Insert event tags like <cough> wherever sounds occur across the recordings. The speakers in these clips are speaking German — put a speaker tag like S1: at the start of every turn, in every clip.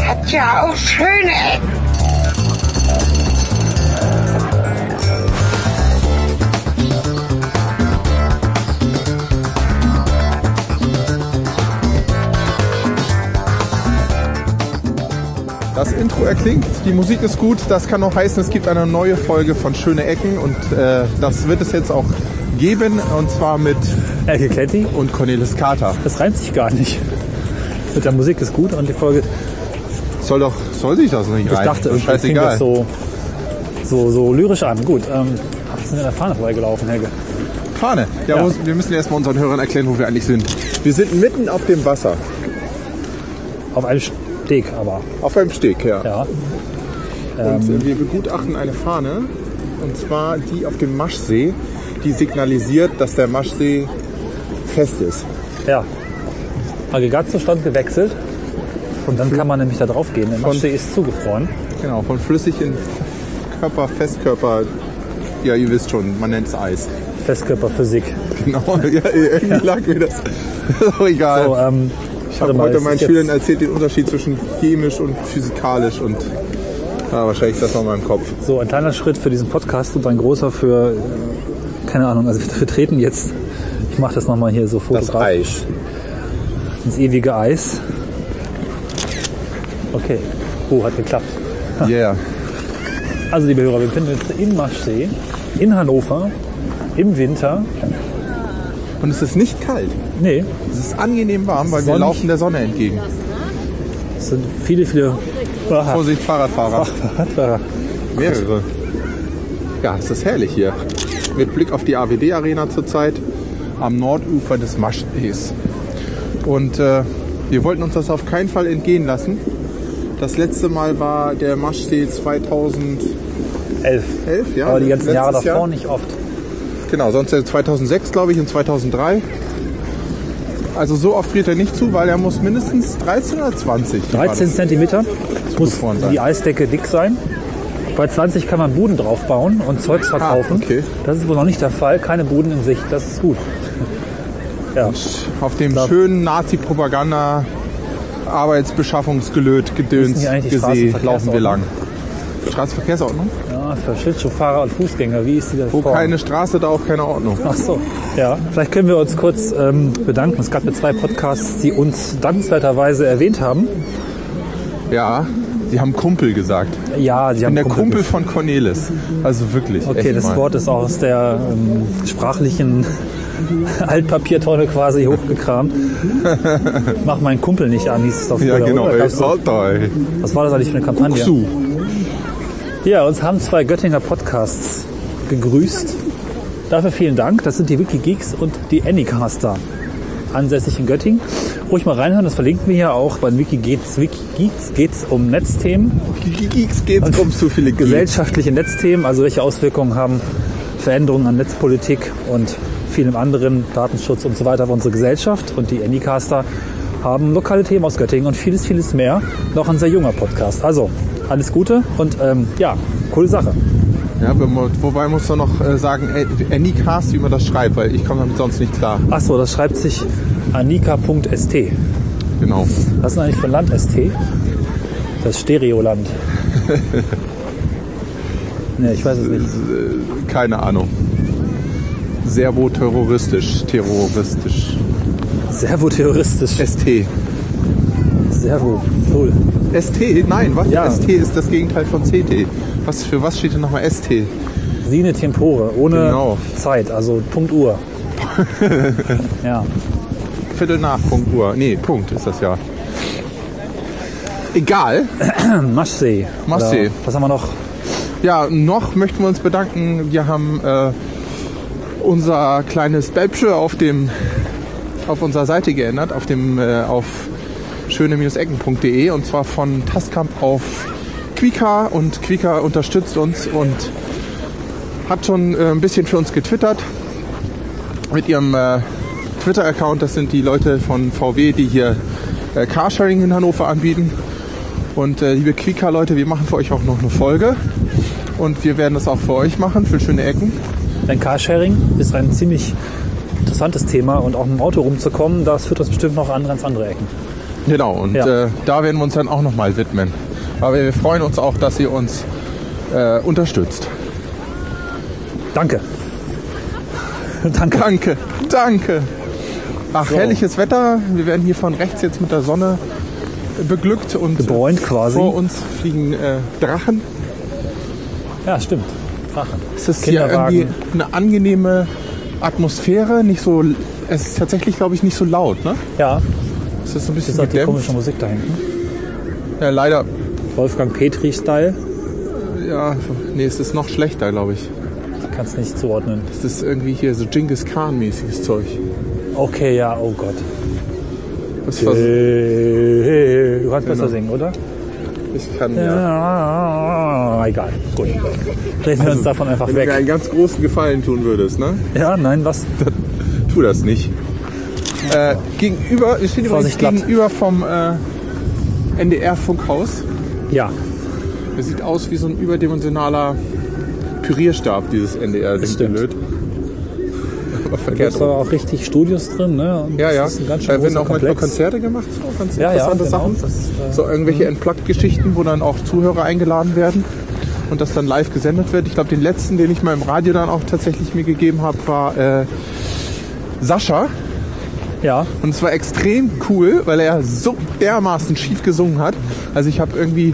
S1: gibt's ja auch schöne Ecken.
S2: Das Intro erklingt, die Musik ist gut. Das kann auch heißen, es gibt eine neue Folge von Schöne Ecken und äh, das wird es jetzt auch geben und zwar mit
S3: Elke Kletti,
S2: und Cornelis Kater.
S3: das reimt sich gar nicht. Mit der Musik ist gut und die Folge,
S2: Soll doch, soll sich das nicht
S3: ich
S2: rein?
S3: dachte, irgendwie fing
S2: scheißegal.
S3: das so, so, so lyrisch an. Gut, ähm, sind wir an der Fahne vorbeigelaufen, Helge.
S2: Fahne. Ja,
S3: Ja.
S2: Muss, wir müssen erstmal unseren Hörern erklären, wo wir eigentlich sind. Wir sind mitten auf dem Wasser.
S3: Auf einem Steg aber,
S2: Auf einem Steg, ja.
S3: ja.
S2: Und äh, wir begutachten eine Fahne, und zwar die auf dem Maschsee, die signalisiert, dass der Maschsee fest ist.
S3: Ja. Aggregatzustand gewechselt. Und
S2: Hm.
S3: dann kann man nämlich da drauf gehen. Der Maschsee ist zugefroren.
S2: Genau, von flüssig in Körper, Festkörper. Ja, ihr wisst schon, man nennt es Eis. <laughs>
S3: Festkörperphysik.
S2: Genau, ja, irgendwie lag mir das. <laughs> Ist auch egal.
S3: So, ähm,
S2: ich
S3: warte
S2: habe
S3: mal,
S2: heute
S3: es
S2: meinen
S3: ist jetzt-
S2: Schülern erzählt den Unterschied zwischen chemisch und physikalisch und ja, wahrscheinlich ist das noch in meinem Kopf.
S3: So, ein kleiner Schritt für diesen Podcast und ein großer für, äh, keine Ahnung, also wir treten jetzt, ich mache das nochmal hier so fotografisch,
S2: <laughs> Eis.
S3: ins ewige Eis. Okay, oh, hat geklappt.
S2: Yeah.
S3: Also, liebe Hörer, wir befinden uns in Maschsee, in Hannover, im Winter.
S2: Und es ist nicht kalt.
S3: Nee,
S2: Es ist angenehm warm, weil wir
S3: Sonnig.
S2: laufen der Sonne entgegen.
S3: es sind viele, viele Fahrrad-
S2: Vorsicht,
S3: <laughs>
S2: Fahrradfahrer.
S3: Fahrradfahrer.
S2: Mehrere. Ja, es ist herrlich hier. Mit Blick auf die AWD-Arena zurzeit am Nordufer des Maschsees. Und äh, wir wollten uns das auf keinen Fall entgehen lassen. Das letzte Mal war der Maschsee 2011,
S3: Elf.
S2: ja?
S3: Aber die ganzen Jahre
S2: letztes
S3: davor
S2: Jahr.
S3: nicht oft.
S2: Genau, sonst der 2006, glaube ich, und 2003. Also so oft friert er nicht zu, weil er muss mindestens 13 oder 20.
S3: 13 Zentimeter. Es muss
S2: vorne sein.
S3: die Eisdecke dick sein. Bei 20 kann man Buden draufbauen und Zeugs verkaufen.
S2: Ah, okay.
S3: Das ist wohl noch nicht der Fall. Keine Buden in Sicht. Das ist gut. Ja,
S2: Auf dem schönen Nazi-Propaganda Arbeitsbeschaffungsgelöt
S3: Wissen
S2: gedöns
S3: die eigentlich die
S2: Gesee laufen wir
S3: Straßenverkehrsordnung?
S2: lang. Straßenverkehrsordnung?
S3: ja für Schlittschuhfahrer und Fußgänger. Wie ist die denn
S2: Wo
S3: Form?
S2: keine Straße, da auch keine Ordnung.
S3: Ach so. Ja, vielleicht können wir uns kurz ähm, bedanken. Es gab ja zwei Podcasts, die uns dankenswerterweise erwähnt haben.
S2: Ja, sie haben Kumpel gesagt.
S3: Ja, sie
S2: Ich
S3: haben
S2: bin der Kumpel
S3: Kumpel-
S2: von Cornelis. Also wirklich.
S3: Okay,
S2: echt
S3: das
S2: mal.
S3: Wort ist aus der ähm, sprachlichen <laughs> Altpapiertonne quasi
S2: <laughs>
S3: hochgekramt. Mach meinen Kumpel nicht an, hieß es doch
S2: Ja,
S3: früher,
S2: genau.
S3: oder?
S2: Ey,
S3: Gab's so-
S2: Alter, ey.
S3: Was war das eigentlich für eine Kampagne?
S2: Su.
S3: Ja, uns haben zwei Göttinger Podcasts gegrüßt. Dafür vielen Dank. Das sind die Wikigeeks und die Anycaster, ansässig in Göttingen. Ruhig mal reinhören, das verlinken wir hier auch. Bei den Wikigeeks, Wikigeeks geht es um Netzthemen.
S2: Geeks geht's
S3: Also
S2: um zu viele Geeks.
S3: gesellschaftliche Netzthemen, also welche Auswirkungen haben Veränderungen an Netzpolitik und vielem anderen, Datenschutz und so weiter auf unsere Gesellschaft. Und die Anycaster haben lokale Themen aus Göttingen und vieles, vieles mehr. Noch ein sehr junger Podcast. Also, alles Gute und ähm, ja, coole Sache.
S2: Ja, wenn man- wobei muss man noch äh, sagen, ey, Anycast, wie man das schreibt, weil ich komme damit sonst nicht klar.
S3: Achso, das schreibt sich anika.st.
S2: Genau.
S3: Was ist denn eigentlich für ein Land ST?
S2: <laughs>
S3: Das Stereoland. nee, ich weiß es nicht.
S2: Keine Ahnung. Servo-terroristisch. Terroristisch.
S3: Servo-terroristisch.
S2: ST.
S3: Servo. Cool.
S2: ST? Nein, was?
S3: Ja.
S2: ST ist das Gegenteil von CT. Was, für was steht denn nochmal ST?
S3: Sine Tempore, ohne
S2: Genau.
S3: Zeit, also
S2: <laughs>
S3: Punkt Uhr. ja.
S2: Viertel nach, Punkt Uhr. Nee, Punkt ist das ja. Egal.
S3: Maschsee.
S2: Maschsee.
S3: Oder Was haben wir noch?
S2: Ja, noch möchten wir uns bedanken. Wir haben äh, unser kleines Bäbsche auf dem auf unserer Seite geändert, auf dem äh, auf schöne-ecken.de und zwar von Taskamp auf Quika und Quika unterstützt uns und hat schon äh, ein bisschen für uns getwittert mit ihrem äh, Twitter-Account. Das sind die Leute von VW, die hier äh, Carsharing in Hannover anbieten. Und äh, liebe Quika-Leute, wir machen für euch auch noch eine Folge. Und wir werden das auch für euch machen, für schöne Ecken.
S3: Denn Carsharing ist ein ziemlich interessantes Thema und auch mit dem Auto rumzukommen, das führt uns bestimmt noch an ganz andere Ecken.
S2: Genau, und
S3: Ja.
S2: äh, da werden wir uns dann auch nochmal widmen. Aber wir freuen uns auch, dass ihr uns äh, unterstützt.
S3: Danke. <laughs> Danke.
S2: Danke, danke. Ach,
S3: So.
S2: herrliches Wetter. Wir werden hier von rechts jetzt mit der Sonne beglückt und
S3: Gebräunt quasi.
S2: vor uns fliegen äh, Drachen.
S3: Ja, stimmt. Drachen.
S2: Es ist hier
S3: Kinderwagen.
S2: irgendwie eine angenehme Atmosphäre. Nicht so, es ist tatsächlich, glaube ich, nicht so laut. Ne?
S3: Ja,
S2: Es ist ein
S3: das
S2: bisschen
S3: ist auch die
S2: gedämpft.
S3: komische Musik da hinten.
S2: Ja, leider.
S3: Wolfgang Petri-Style.
S2: Ja, nee, es ist noch schlechter, glaube ich.
S3: Ich kann es nicht zuordnen.
S2: Es ist irgendwie hier so Genghis Khan-mäßiges Zeug.
S3: Okay, ja, oh Gott.
S2: Das
S3: Hey,
S2: vers-
S3: hey, hey. Du kannst besser
S2: Genau.
S3: singen, oder?
S2: Ich kann ja.
S3: Ja. Egal. Gut. Reden wir uns davon einfach
S2: Also, Wenn du mir
S3: weg.
S2: einen ganz großen Gefallen tun würdest, ne?
S3: Ja,
S2: <laughs>
S3: nein, was?
S2: Tu das nicht. Äh, gegenüber, wir stehen übrigens
S3: Vorsicht, glatt.
S2: gegenüber vom äh, NDR-Funkhaus.
S3: Ja,
S2: Das sieht aus wie so ein überdimensionaler Pürierstab, dieses ndr
S3: Das
S2: ding
S3: stimmt.
S2: blöd. Aber
S3: da
S2: verkehrt
S3: ist
S2: rum.
S3: aber auch richtig Studios drin, ne? Und
S2: Ja, ja.
S3: Das ist ein ganz
S2: Da
S3: schön
S2: werden
S3: großer
S2: auch manchmal
S3: Komplex.
S2: Konzerte gemacht, so ganz
S3: Ja, ja,
S2: interessante
S3: genau.
S2: Sachen.
S3: Das, äh,
S2: so irgendwelche Entplagt-Geschichten, wo dann auch Zuhörer eingeladen werden und das dann live gesendet wird. Ich glaube, den letzten, den ich mal im Radio dann auch tatsächlich mir gegeben habe, war äh, Sascha.
S3: Ja,
S2: Und es war extrem cool, weil er so dermaßen schief gesungen hat. Also ich habe irgendwie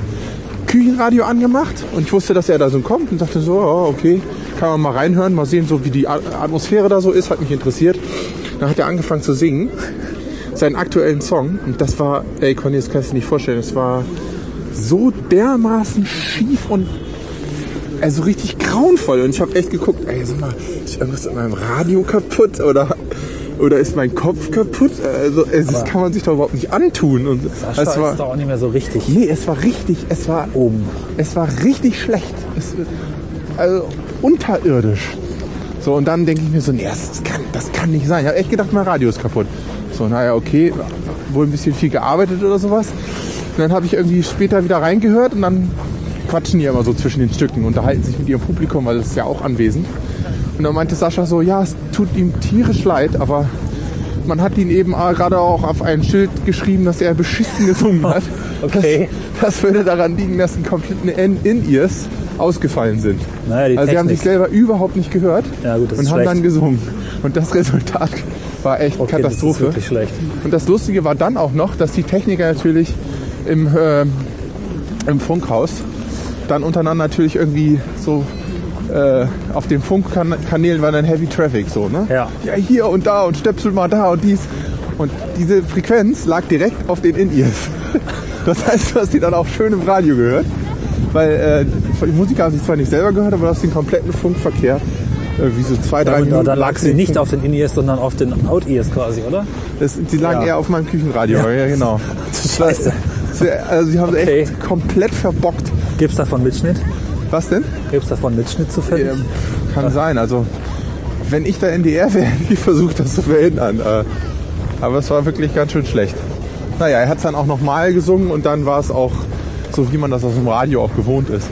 S2: Küchenradio angemacht und ich wusste, dass er da so kommt und dachte so, oh, okay, kann man mal reinhören, mal sehen, so wie die A- Atmosphäre da so ist, hat mich interessiert. Dann hat er angefangen zu singen, seinen aktuellen Song und das war, ey Conny, das kannst du dir nicht vorstellen, es war so dermaßen schief und also richtig grauenvoll. Und ich habe echt geguckt, ey, sag mal, ist irgendwas an meinem Radio kaputt oder, oder ist mein Kopf kaputt? Also, ey, das kann man sich doch überhaupt nicht antun. Und
S3: Sascha
S2: es war,
S3: ist da auch nicht mehr so richtig
S2: nee, es war richtig, es war,
S3: oben.
S2: es war richtig schlecht. Es, also unterirdisch. So, und dann denke ich mir so, nee, das kann, das kann nicht sein. Ich habe echt gedacht, mein Radio ist kaputt. So, naja, okay, wohl ein bisschen viel gearbeitet oder sowas. Und dann habe ich irgendwie später wieder reingehört und dann quatschen die immer so zwischen den Stücken, unterhalten sich mit ihrem Publikum, weil das ist ja auch anwesend. Und dann meinte Sascha so, ja, es tut ihm tierisch leid, aber man hat ihn eben auch gerade auch auf ein Schild geschrieben, dass er beschissen gesungen
S3: <laughs>
S2: hat.
S3: Okay.
S2: Das, das würde daran liegen, dass die kompletten In- In-Ears ausgefallen sind.
S3: Naja, die
S2: also sie haben
S3: Technik.
S2: sich selber überhaupt nicht gehört
S3: Ja, gut, das
S2: und
S3: ist
S2: haben
S3: schlecht.
S2: dann gesungen. Und das Resultat war echt
S3: Okay,
S2: Katastrophe.
S3: Das ist wirklich schlecht.
S2: Und das Lustige war dann auch noch, dass die Techniker natürlich im, ähm, im Funkhaus dann untereinander natürlich irgendwie so äh, auf den Funkkanälen war dann Heavy Traffic so, ne?
S3: Ja.
S2: Ja, hier und da und Stöpsel mal da und dies. Und diese Frequenz lag direkt auf den In-Ears. <laughs> Das heißt, du hast die dann auch schön im Radio gehört. Weil äh, die Musiker haben sie zwar nicht selber gehört, aber du hast den kompletten Funkverkehr, äh, wie so zwei, drei
S3: Und
S2: Minuten.
S3: da, da lag sie
S2: den
S3: nicht auf den In-Ears, sondern auf den Out-Ears quasi, oder?
S2: das, die lagen
S3: Ja.
S2: eher auf meinem Küchenradio, ja, genau.
S3: Scheiße.
S2: Sie, also sie haben es
S3: Okay.
S2: echt komplett verbockt.
S3: Gibt's davon Mitschnitt?
S2: Was denn?
S3: Gibt's davon Mitschnitt zufällig?
S2: Ähm, kann sein. Also wenn ich da NDR wäre, <laughs> hätte ich versucht, das zu verhindern. Äh, Aber es war wirklich ganz schön schlecht. Naja, er hat es dann auch nochmal gesungen und dann war es auch so, wie man das aus dem Radio auch gewohnt ist.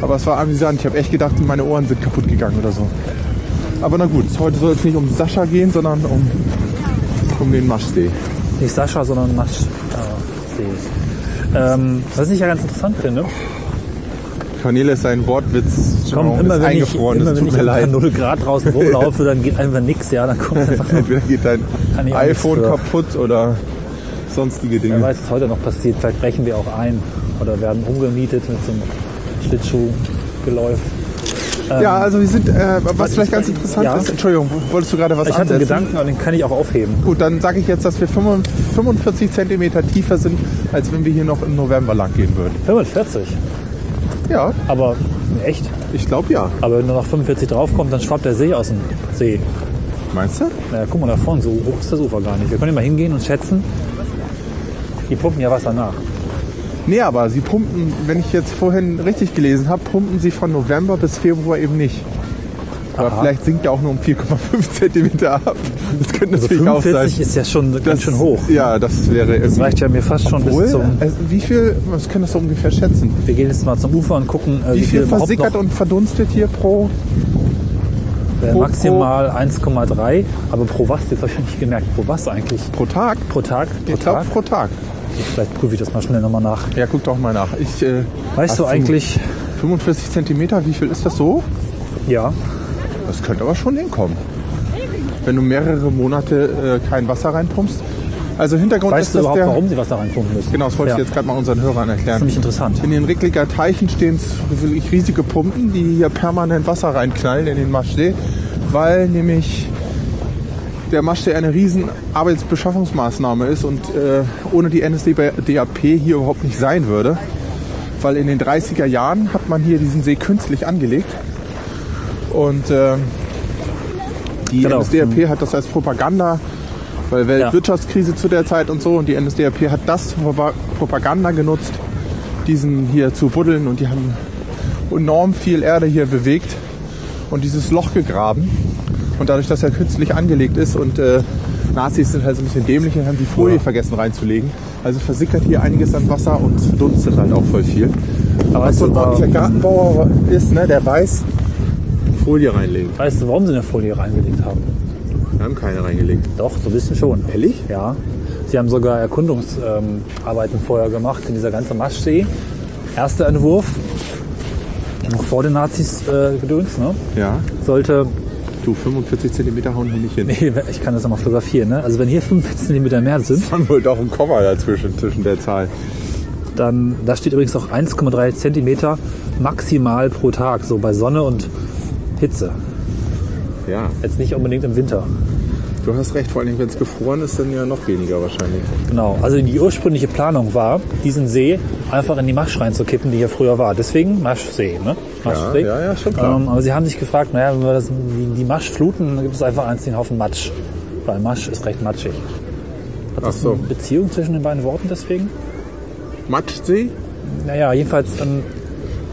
S2: Aber es war amüsant. Ich habe echt gedacht, meine Ohren sind kaputt gegangen oder so. Aber na gut, heute soll es nicht um Sascha gehen, sondern um, um den Maschsee.
S3: Nicht Sascha, sondern Matsch. Ah, sehe ich. Ähm, was ich ja ganz interessant finde,
S2: Cornelis, sein Wortwitz
S3: komm, immer
S2: Genau, ist
S3: wenn ich,
S2: eingefroren,
S3: immer
S2: es
S3: wenn
S2: tut
S3: ich
S2: mir
S3: unter
S2: leid.
S3: 0
S2: <laughs>
S3: Grad draußen rumlaufe, dann geht einfach nix, ja, dann kommt einfach nur,
S2: Entweder geht dein
S3: Kann ich auch nichts
S2: iPhone
S3: für.
S2: kaputt oder sonstige
S3: wer
S2: Dinge.
S3: weiß, was heute noch passiert, vielleicht brechen wir auch ein oder werden umgemietet mit so einem Schlittschuhgeläuf.
S2: Ja, also wir sind, äh, was vielleicht ganz interessant
S3: Ja.
S2: ist, Entschuldigung, wolltest du gerade was
S3: Ich hatte einen
S2: ansetzen?
S3: Gedanken, aber den kann ich auch aufheben.
S2: Gut, dann sage ich jetzt, dass wir 45 45 Zentimeter tiefer sind, als wenn wir hier noch im November lang gehen würden.
S3: 45,
S2: Ja,
S3: aber echt.
S2: ich glaube ja.
S3: Aber wenn nur noch 45 draufkommt, dann schwappt der See aus dem See.
S2: Meinst du?
S3: Na, guck mal da vorne, so hoch ist das Ufer gar nicht. Wir können ja mal hingehen und schätzen. Die pumpen ja Wasser nach.
S2: Nee, aber sie pumpen, wenn ich jetzt vorhin richtig gelesen habe, pumpen sie von November bis Februar eben nicht. Aber
S3: Aha.
S2: vielleicht sinkt er auch nur um 4,5 Zentimeter ab. Das könnte
S3: Also
S2: natürlich auch sein.
S3: 45 ist ja schon ganz schön hoch.
S2: Ja, das wäre
S3: Das reicht ja mir fast schon bis zum.
S2: also wie viel, was können das so ungefähr schätzen?
S3: Wir gehen jetzt mal zum Ufer und gucken, äh,
S2: Wie, viel
S3: überhaupt
S2: versickert
S3: noch,
S2: und verdunstet hier pro
S3: Äh,
S2: Pro-
S3: maximal 1,3. Aber pro was? Jetzt habe ich nicht gemerkt. Pro was eigentlich?
S2: Pro Tag?
S3: Pro Tag? Pro
S2: Ich glaube
S3: Tag?
S2: pro Tag.
S3: Vielleicht prüfe ich das mal schnell nochmal nach.
S2: Ja, guck doch mal nach. Ich, äh,
S3: Weißt
S2: ach,
S3: du eigentlich,
S2: 45 Zentimeter, wie viel ist das so?
S3: ja,
S2: Das könnte aber schon hinkommen. Wenn du mehrere Monate äh, kein Wasser reinpumpst. Also Hintergrund
S3: weißt
S2: ist,
S3: du
S2: dass
S3: überhaupt,
S2: der,
S3: warum sie Wasser reinpumpen müssen?
S2: Genau, das wollte
S3: ja.
S2: ich jetzt gerade mal unseren Hörern
S3: Das ist
S2: erklären.
S3: nämlich interessant.
S2: In den Rickliger Teichen stehen wirklich riesige Pumpen, die hier permanent Wasser reinknallen in den Maschsee, weil nämlich der Maschsee eine riesen Arbeitsbeschaffungsmaßnahme ist und äh, ohne die NSDAP hier überhaupt nicht sein würde. Weil in den 30er Jahren hat man hier diesen See künstlich angelegt und äh, die
S3: Genau.
S2: NSDAP hat das als Propaganda, weil Weltwirtschaftskrise zu der Zeit und so und die NSDAP hat das zur Propa- Propaganda genutzt, diesen hier zu buddeln und die haben enorm viel Erde hier bewegt und dieses Loch gegraben und dadurch, dass er künstlich angelegt ist und äh, Nazis sind halt so ein bisschen dämlich und haben die Folie vergessen reinzulegen. Also versickert hier einiges an Wasser und dunstet halt auch voll viel.
S3: Aber weißt
S2: So ein
S3: du,
S2: ordentlicher
S3: warum,
S2: Gartenbauer ist, ne, der weiß, Folie reinlegen.
S3: weißt du, warum sie eine Folie reingelegt haben?
S2: Wir haben keine reingelegt.
S3: Doch, so ein bisschen schon.
S2: Ehrlich?
S3: Ja. Sie haben sogar Erkundungsarbeiten ähm, Arbeiten vorher gemacht in dieser ganzen Maschsee. Erster Entwurf, noch vor den Nazis äh, gedöns, ne?
S2: Ja.
S3: Sollte, <laughs>
S2: Du, 45 Zentimeter hauen wir nicht hin. <laughs>
S3: ich kann das nochmal fotografieren, ne? Also wenn hier 45 cm mehr sind,
S2: Dann wohl doch ein Komma dazwischen, zwischen der Zahl.
S3: dann, da steht übrigens auch 1,3 Zentimeter maximal pro Tag, so bei Sonne und Hitze.
S2: Ja.
S3: Jetzt nicht unbedingt im Winter.
S2: Du hast recht, vor allem wenn es gefroren ist, dann ja noch weniger wahrscheinlich.
S3: Genau, also die ursprüngliche Planung war, diesen See einfach in die Masch reinzukippen, die hier früher war. Deswegen Maschsee, ne? Maschsee.
S2: ja, ja, schon klar.
S3: Ähm, aber sie haben sich gefragt, naja, wenn wir das, die, die Masch fluten, dann gibt es einfach einzigen Haufen Matsch. Weil Masch ist recht matschig. Hat das
S2: Ach so.
S3: eine Beziehung zwischen den beiden Worten deswegen?
S2: Matschsee?
S3: Naja, jedenfalls ähm,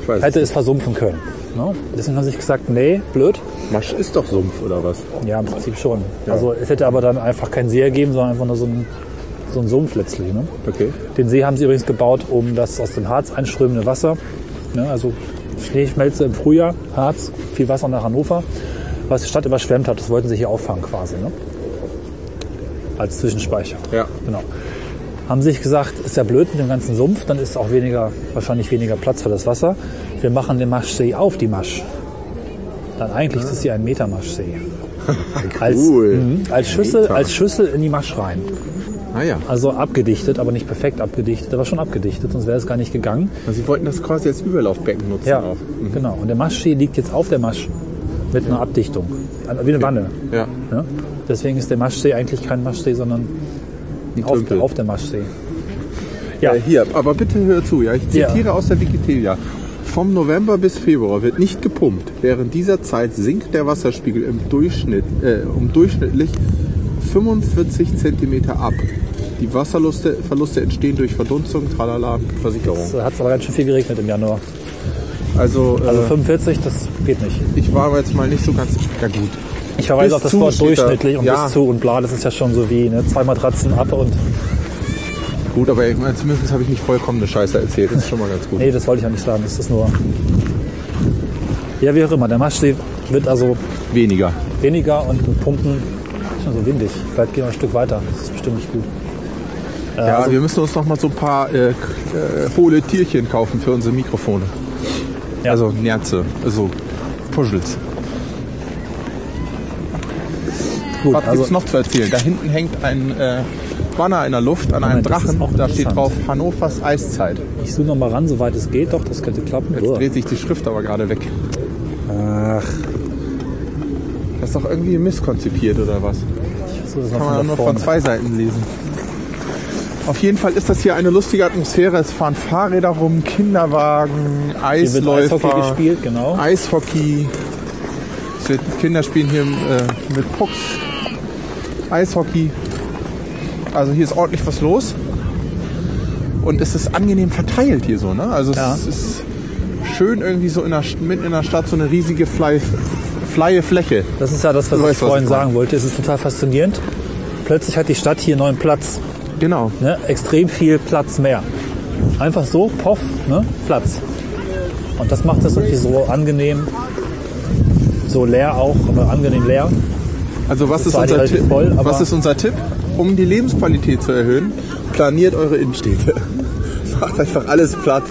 S2: Ich weiß.
S3: hätte es versumpfen können. Ne? Deswegen haben sie sich gesagt, nee, blöd.
S2: Matsch ist doch Sumpf oder was?
S3: Ja, im Prinzip schon. Also es hätte aber dann einfach kein See ergeben, sondern einfach nur so ein, so ein Sumpf letztlich. Ne?
S2: Okay.
S3: Den See haben sie übrigens gebaut, um das aus dem Harz einströmende Wasser, ne, also Schneeschmelze im Frühjahr, Harz, viel Wasser nach Hannover, was die Stadt überschwemmt hat. Das wollten sie hier auffangen quasi, ne? als Zwischenspeicher.
S2: Ja.
S3: Genau. Haben sich gesagt, ist ja blöd mit dem ganzen Sumpf, dann ist auch weniger, wahrscheinlich weniger Platz für das Wasser. Wir machen den Maschsee auf, die Masch. Dann eigentlich ist es hier ein Meter Maschsee.
S2: <laughs>
S3: Als,
S2: Cool.
S3: mhm, als, Schüssel,
S2: Meter.
S3: als Schüssel in die Masch rein.
S2: Ah ja.
S3: Also abgedichtet, aber nicht perfekt abgedichtet, aber schon abgedichtet, sonst wäre es gar nicht gegangen.
S2: Also sie wollten das quasi als Überlaufbecken nutzen auch.
S3: genau. Und der Maschsee liegt jetzt auf der Masch mit einer Abdichtung, An- wie eine Wanne.
S2: Ja.
S3: Ja? Deswegen ist der Maschsee eigentlich kein Maschsee, sondern auf,
S2: Tümpel.
S3: auf der Maschsee. Ja,
S2: Äh, hier, aber bitte hör zu, ja. Ich
S3: Ja.
S2: zitiere aus der Wikipedia. Vom November bis Februar wird nicht gepumpt. Während dieser Zeit sinkt der Wasserspiegel im Durchschnitt äh, um durchschnittlich 45 Zentimeter ab. Die Wasserverluste Verluste entstehen durch Verdunstung, Tralala, Versickerung.
S3: es hat aber ganz schön viel geregnet im Januar.
S2: Also, äh,
S3: Also 45, das geht nicht.
S2: ich war aber jetzt mal nicht so ganz. Ja gut.
S3: Ich verweise
S2: Bis
S3: auf das
S2: zu
S3: Wort
S2: steht da.
S3: durchschnittlich und
S2: Ja.
S3: bis zu und bla, das ist ja schon so wie ne, zwei Matratzen ab und.
S2: Gut, aber ich meine, zumindest habe ich nicht vollkommene Scheiße erzählt. Das ist schon mal ganz gut.
S3: Nee, das wollte ich auch nicht sagen, das ist nur. Ja, wie auch immer, der Maschsee wird also
S2: Weniger.
S3: weniger und mit Pumpen ist schon so windig. Vielleicht gehen wir ein Stück weiter. Das ist bestimmt nicht gut.
S2: Ja,
S3: also
S2: wir müssen uns noch mal so ein paar äh, k- äh, hohle Tierchen kaufen für unsere Mikrofone.
S3: Ja.
S2: Also Nerze, also Puzzles.
S3: gut, also
S2: Was gibt's noch zu erzählen? Da hinten hängt ein äh, Banner in der Luft an einem
S3: Moment, das ist
S2: Drachen.
S3: auch
S2: Da steht
S3: interessant.
S2: drauf Hannovers Eiszeit.
S3: ich suche noch mal ran, soweit es geht. Doch, das könnte klappen.
S2: Jetzt
S3: Uah.
S2: dreht sich die Schrift aber gerade weg.
S3: Ach,
S2: Das ist doch irgendwie misskonzipiert oder was?
S3: ich versuche das
S2: Kann
S3: noch
S2: man
S3: von da
S2: nur von
S3: vorne.
S2: zwei Seiten lesen. Auf jeden Fall ist das hier eine lustige Atmosphäre. Es fahren Fahrräder rum, Kinderwagen,
S3: Hier wird
S2: Eisläufer.
S3: Eishockey gespielt, genau.
S2: Eishockey. Es wird Kinder spielen hier äh, mit Pucks. Eishockey. Also hier ist ordentlich was los. Und es ist angenehm verteilt hier so, ne? Also es
S3: Ja.
S2: ist schön irgendwie so in der, St- mitten in der Stadt so eine riesige Fly, Flye Fläche.
S3: Das ist ja das, was
S2: Du
S3: ich
S2: weißt, was
S3: vorhin
S2: ich meine.
S3: sagen wollte. Es ist total faszinierend. Plötzlich hat die Stadt hier einen neuen Platz.
S2: Genau.
S3: Ne? Extrem viel Platz mehr. Einfach so, poff, ne? Platz. Und das macht das wirklich so angenehm. So leer auch, aber angenehm leer.
S2: Also was
S3: Das
S2: ist,
S3: war
S2: unser
S3: relativ
S2: Tipp,
S3: voll, aber-
S2: was ist unser Tipp, um die Lebensqualität zu erhöhen? Planiert eure Innenstädte. <laughs> Macht einfach alles platt.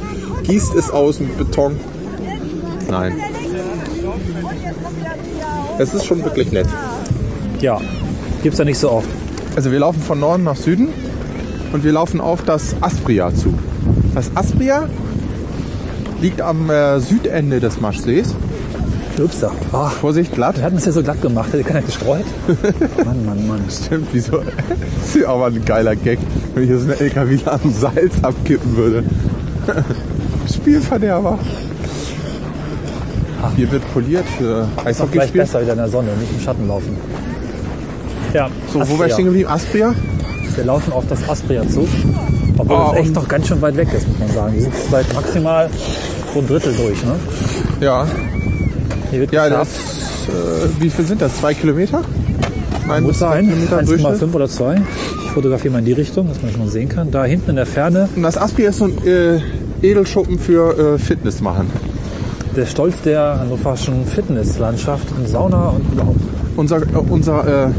S2: Gießt es aus mit Beton. Nein. Es ist schon wirklich nett.
S3: Ja, gibt's ja nicht so oft.
S2: Also wir laufen von Norden nach Süden und wir laufen auf das Aspria zu. Das Aspria liegt am äh, Südende des Maschsees.
S3: Upsa. Ah,
S2: Vorsicht, glatt.
S3: wir hatten es ja so glatt gemacht, hätte
S2: <laughs>
S3: keiner gestreut. Mann, Mann, Mann.
S2: Stimmt, wieso? Das ist ja auch mal ein geiler Gag, wenn ich jetzt einen LKW am Salz abkippen würde. <laughs> Spielverderber.
S3: Ah.
S2: Hier wird poliert für
S3: Ist auch gleich
S2: Eishockeyspiel.
S3: besser wieder in der Sonne, nicht im Schatten laufen. Ja,
S2: So, wo war
S3: Aspria.
S2: ich stehen geblieben? Aspria?
S3: Wir laufen auf das Aspria zu. Obwohl
S2: Ah,
S3: das echt
S2: und-
S3: noch ganz schön weit weg ist, muss man sagen. Wir sind vielleicht maximal so ein Drittel durch. Ne?
S2: Ja.
S3: Hier wird
S2: Ja,
S3: geschlafen.
S2: das. Äh, wie viel sind das? Zwei Kilometer? Ein
S3: Muss
S2: bis zwei
S3: sein,
S2: Kilometer im Durchschnitt.
S3: 1,5 oder 2. Ich fotografiere mal in die Richtung, dass man das mal sehen kann. Da hinten in der Ferne
S2: Und das Aspria ist so ein äh, Edelschuppen für äh, Fitness machen.
S3: der Stolz der hannoverschen Fitnesslandschaft und Sauna und überhaupt.
S2: Unser, äh, unser äh,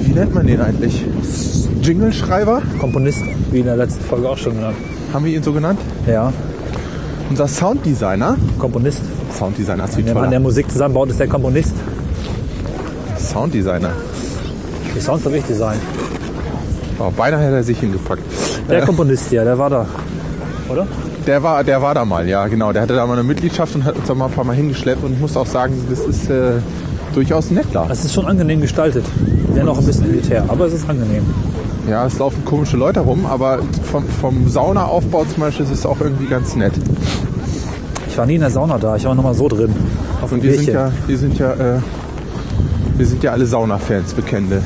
S2: wie nennt man den eigentlich? Jingle-Schreiber?
S3: Komponist, wie in der letzten Folge auch schon genannt.
S2: Haben wir ihn so genannt?
S3: Ja,
S2: Unser Sounddesigner.
S3: Komponist.
S2: Sounddesigner ist wie
S3: Der Mann, der
S2: toll.
S3: Musik zusammenbaut, ist der Komponist.
S2: Sounddesigner.
S3: Die Sounds habe ich designt.
S2: Oh, beinahe hätte er sich hingepackt.
S3: Der Komponist, ja, der war da. Oder?
S2: Der war, der war da mal, ja genau. Der hatte da mal eine Mitgliedschaft und hat uns da mal ein paar Mal hingeschleppt. Und ich muss auch sagen, das ist äh, durchaus nett da.
S3: Das ist schon angenehm gestaltet. Dennoch ein bisschen elitär, aber es ist angenehm.
S2: Ja, es laufen komische Leute rum, aber vom, vom Saunaaufbau zum Beispiel ist es auch irgendwie ganz nett.
S3: Ich war nie in der Sauna da, ich war noch mal so drin. Auf dem
S2: Und wir sind
S3: Bierchen.
S2: ja, wir sind ja, äh, wir sind ja alle Sauna-Fans, Bekennende.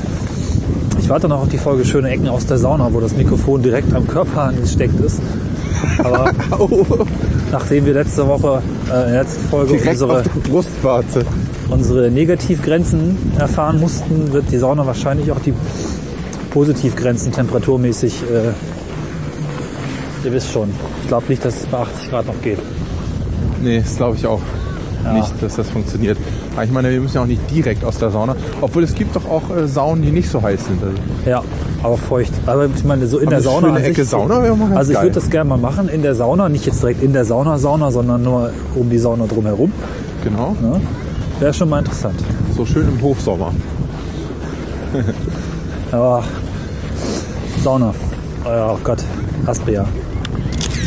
S3: Ich warte noch auf die Folge Schöne Ecken aus der Sauna, wo das Mikrofon direkt am Körper angesteckt ist.
S2: <laughs>
S3: Aber
S2: Oh.
S3: nachdem wir letzte Woche, äh, in der letzten Folge
S2: Direkt
S3: unsere,
S2: auf der Brustwarze.
S3: unsere Negativgrenzen erfahren mussten, wird die Sauna wahrscheinlich auch die Positivgrenzen temperaturmäßig, äh, ihr wisst schon. Ich glaube nicht, dass es bei 80 Grad noch geht.
S2: Nee, das glaube ich auch nicht, dass das funktioniert. Aber ich meine, wir müssen ja auch nicht direkt aus der Sauna. Obwohl es gibt doch auch äh, Saunen, die nicht so heiß sind. Also,
S3: Ja, aber feucht. Aber ich meine, so in
S2: Aber
S3: der
S2: eine
S3: Sauna.
S2: schöne
S3: an sich-
S2: Ecke Sauna wäre mal ganz
S3: Also ich
S2: geil.
S3: würde das gerne mal machen in der Sauna, nicht jetzt direkt in der Sauna Sauna, sondern nur um die Sauna drumherum.
S2: genau.
S3: Ne? Wäre schon mal interessant.
S2: So schön im Hochsommer.
S3: Aber Sauna. Oh ja, oh Gott. Aspria.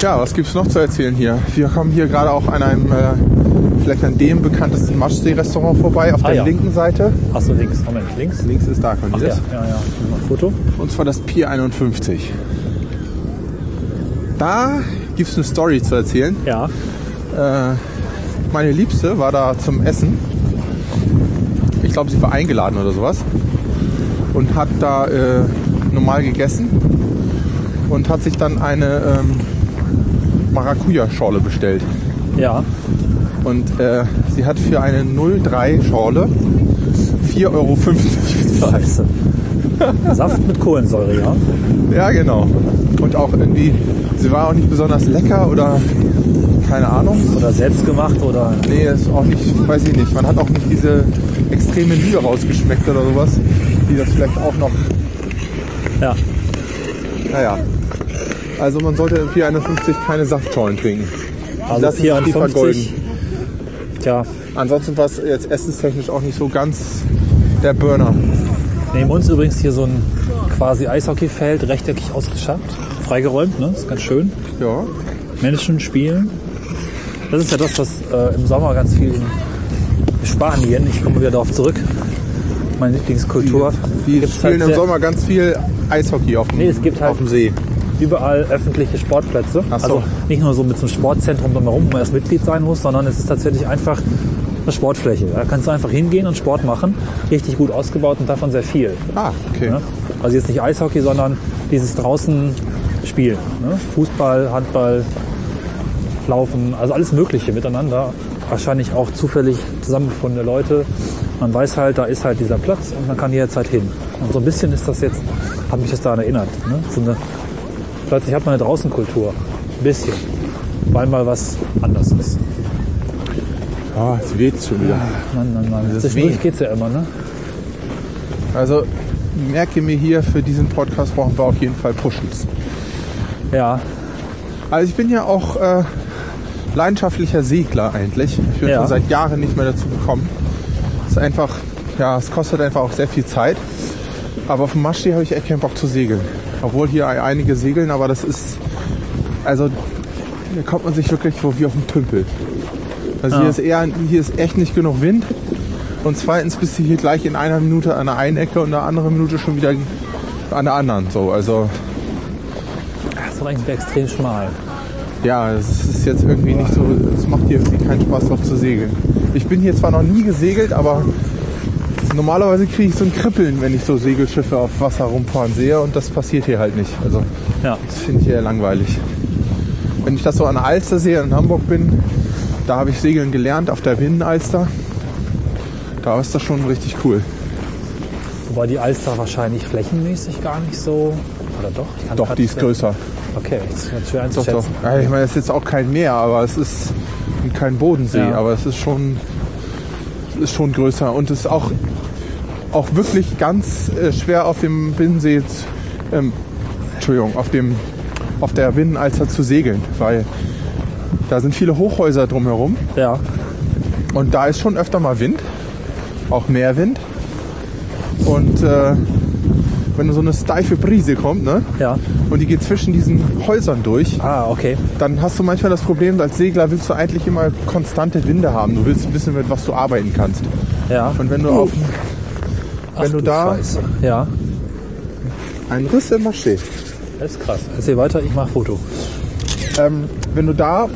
S2: Ja, was gibt's noch zu erzählen hier? Wir kommen hier gerade auch an einem, äh, vielleicht an dem bekanntesten Maschsee-Restaurant vorbei, auf
S3: Ah,
S2: der
S3: ja.
S2: linken Seite.
S3: Achso, links. Moment, links.
S2: Links ist da,
S3: Ach,
S2: Cornelis.
S3: ja, ja, ja. Mal ein Foto.
S2: Und zwar das Pier 51. Da gibt's eine Story zu erzählen.
S3: Ja.
S2: Äh, meine Liebste war da zum Essen. Ich glaube, sie war eingeladen oder sowas. Und hat da äh, normal gegessen. Und hat sich dann eine ähm, Maracuja-Schorle bestellt.
S3: Ja.
S2: Und äh, sie hat für eine 03-Schorle 4,50 Euro bezahlt.
S3: Scheiße. <laughs> Saft mit Kohlensäure, ja.
S2: <laughs> Ja, genau. Und auch irgendwie, sie war auch nicht besonders lecker oder keine Ahnung.
S3: Oder selbstgemacht oder.
S2: Nee, ist auch nicht, weiß ich nicht. Man hat auch nicht diese extreme Liebe rausgeschmeckt oder sowas, die das vielleicht auch noch,
S3: Ja.
S2: naja. Also man sollte im 451 keine Saftschollen trinken.
S3: Also
S2: lassen sich die
S3: 54. Tja,
S2: Ansonsten war es jetzt essenstechnisch auch nicht so ganz der Burner.
S3: Neben uns übrigens hier so ein quasi Eishockeyfeld, rechteckig ausgeschafft, freigeräumt, ne? Ist ganz schön.
S2: Ja.
S3: Menschen spielen. Das ist ja das, was äh, im Sommer ganz viel in Spanien, ich komme wieder darauf zurück, meine Lieblingskultur.
S2: Die
S3: Gibt's halt
S2: spielen im
S3: sehr-
S2: Sommer ganz viel Eishockey auf dem,
S3: Nee, es gibt halt-
S2: auf dem See.
S3: überall öffentliche Sportplätze.
S2: Ach so.
S3: Also nicht nur so mit so einem Sportzentrum drumherum, wo man erst Mitglied sein muss, sondern es ist tatsächlich einfach eine Sportfläche. Da kannst du einfach hingehen und Sport machen. Richtig gut ausgebaut und davon sehr viel.
S2: Ah, okay.
S3: Ne? Also jetzt nicht Eishockey, sondern dieses draußen Spiel. Ne? Fußball, Handball, Laufen, also alles Mögliche miteinander. Wahrscheinlich auch zufällig zusammengefundene Leute. Man weiß halt, da ist halt dieser Platz und man kann jederzeit hin. Und so ein bisschen ist das jetzt, hat mich das daran erinnert. Ne? So eine, plötzlich hat man eine Draußenkultur. Ein bisschen. Weil mal was anders ist.
S2: Ah, es weht schon wieder.
S3: Mann, Mann, Mann.
S2: Dieses
S3: Zwischendurch
S2: Weh.
S3: geht's ja immer, ne?
S2: Also merke mir hier, für diesen Podcast brauchen wir auf jeden Fall Pushes.
S3: Ja,
S2: Also ich bin ja auch äh, leidenschaftlicher Segler eigentlich. Ich bin
S3: Ja.
S2: schon seit Jahren nicht mehr dazu gekommen. Es ist einfach, ja, es kostet einfach auch sehr viel Zeit. Aber auf dem Maschsee habe ich echt keinen Bock zu segeln. Obwohl hier ein- einige segeln, aber das ist, also da kommt man sich wirklich vor wie auf dem Tümpel. Also hier ist eher, hier ist echt nicht genug Wind. Und zweitens bist du hier gleich in einer Minute an der einen Ecke und in der anderen Minute schon wieder an der anderen. So, also
S3: das ist doch eigentlich extrem schmal.
S2: ja, es ist jetzt irgendwie nicht so, es macht hier irgendwie keinen Spaß drauf zu segeln. Ich bin hier zwar noch nie gesegelt, aber normalerweise kriege ich so ein Kribbeln, wenn ich so Segelschiffe auf Wasser rumfahren sehe und das passiert hier halt nicht. Also
S3: Ja.
S2: das finde ich eher langweilig. Wenn ich das so an der Alster sehe in Hamburg bin, da habe ich segeln gelernt auf der Binnenalster. Da ist das schon richtig cool.
S3: Wobei die Alster wahrscheinlich flächenmäßig gar nicht so. Oder doch? Ich kann
S2: Doch,
S3: grad
S2: die ist
S3: schwer-
S2: größer.
S3: Okay, das ist schwer
S2: Doch, doch.
S3: einzuschätzen.
S2: Ja, ich meine, es ist jetzt auch kein Meer, aber es ist und kein Bodensee,
S3: Ja.
S2: aber es ist schon, es ist schon größer und es ist auch, auch wirklich ganz äh, schwer auf dem Binnensee, zu- ähm, Entschuldigung, auf dem, auf der Binnenalster zu segeln, weil da sind viele Hochhäuser drumherum
S3: Ja,
S2: und da ist schon öfter mal Wind, auch mehr Wind und äh, wenn so eine steife Brise kommt, ne?
S3: ja.
S2: Und die geht zwischen diesen Häusern durch
S3: Ah, okay.
S2: dann hast du manchmal das Problem, als Segler willst du eigentlich immer konstante Winde haben. Du willst wissen, mit was du arbeiten kannst.
S3: Ja.
S2: Und wenn du auf
S3: Ach,
S2: wenn du da-
S3: Scheiße. Ja,
S2: einen Riss im Mast steht,
S3: das ist krass. Erzähl weiter, ich mach Foto.
S2: ähm, wenn du da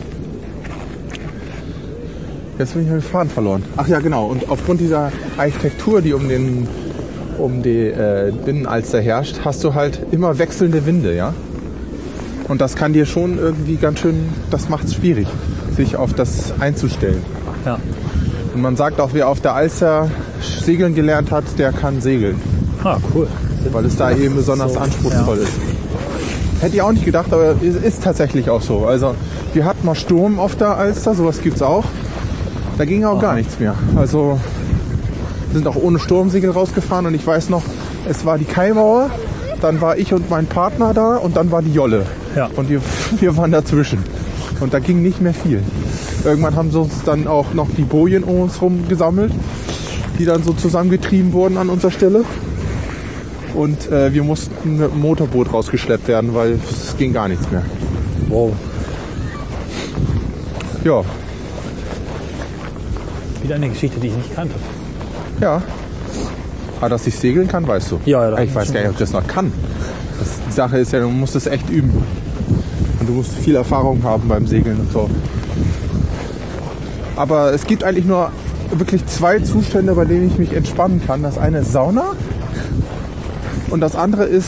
S2: jetzt bin ich mit dem Faden verloren. Ach ja, genau. Und aufgrund dieser Architektur, die um den um die äh, Binnenalster herrscht, hast du halt immer wechselnde Winde, ja. Und das kann dir schon irgendwie ganz schön, das macht es schwierig, sich auf das einzustellen.
S3: Ja.
S2: Und man sagt auch, wer auf der Alster segeln gelernt hat, der kann segeln,
S3: Ah, cool.
S2: weil es da eben besonders
S3: so,
S2: anspruchsvoll ist. Hätte ich auch nicht gedacht, aber es ist tatsächlich auch so. Also wir hatten mal Sturm auf der Alster, sowas gibt's auch. Da ging auch gar nichts mehr. Also wir sind auch ohne Sturmsegel rausgefahren und ich weiß noch, es war die Keimauer, dann war ich und mein Partner da und dann war die Jolle.
S3: Ja.
S2: Und wir, <laughs> wir waren dazwischen. Und da ging nicht mehr viel. Irgendwann haben sie uns dann auch noch die Bojen um uns rum gesammelt, die dann so zusammengetrieben wurden an unserer Stelle. Und äh, wir mussten mit dem Motorboot rausgeschleppt werden, weil es ging gar nichts mehr.
S3: Wow.
S2: Ja,
S3: Wieder eine Geschichte, die ich nicht kannte.
S2: ja. Aber dass ich segeln kann, weißt du.
S3: Ja, ja, das
S2: Ich weiß gar nicht, ob ich das noch kann. Das, die Sache ist ja, du musst es echt üben. Und du musst viel Erfahrung haben beim Segeln und so. Aber es gibt eigentlich nur wirklich zwei Zustände, bei denen ich mich entspannen kann. Das eine ist Sauna und das andere ist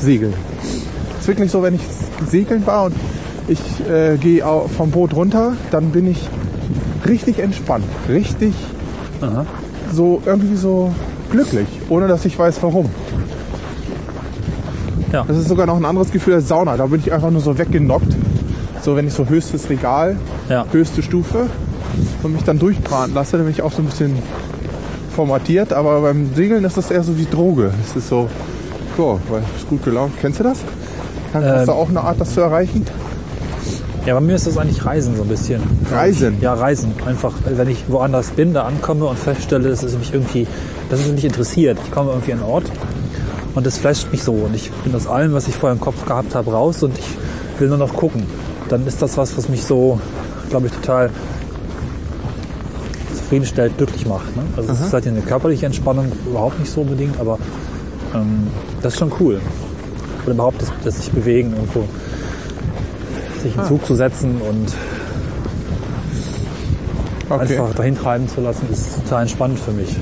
S2: Segeln. Es ist wirklich so, wenn ich segeln war und ich äh, gehe au- vom Boot runter, dann bin ich richtig entspannt, richtig
S3: Aha.
S2: so irgendwie so glücklich, ohne dass ich weiß warum.
S3: Ja.
S2: Das ist sogar noch ein anderes Gefühl als Sauna. Da bin ich einfach nur so weggenockt. So, wenn ich so höchstes Regal,
S3: Ja.
S2: höchste Stufe und mich dann durchbraten lasse, dann bin ich auch so ein bisschen formatiert. Aber beim Segeln ist das eher so wie Droge. Es ist so, ja, weil es ist gut gelaunt. Kennst du das? Hast
S3: Ähm.
S2: du auch eine Art, das zu erreichen?
S3: Ja, bei mir ist das eigentlich Reisen so ein bisschen.
S2: Reisen?
S3: Ja, Reisen. Einfach, wenn ich woanders bin, da ankomme und feststelle, dass es mich irgendwie, dass es mich interessiert. Ich komme irgendwie an einen Ort und das flasht mich so. Und ich bin aus allem, was ich vorher im Kopf gehabt habe, raus und ich will nur noch gucken. Dann ist das was, was mich so, glaube ich, total zufriedenstellt, glücklich macht. Ne? Also es ist halt eine körperliche Entspannung, überhaupt nicht so unbedingt, aber ähm, das ist schon cool. Oder überhaupt, dass, dass sich bewegen irgendwo. Sich in den Zug zu setzen und einfach dahin treiben zu lassen, ist total entspannend für mich.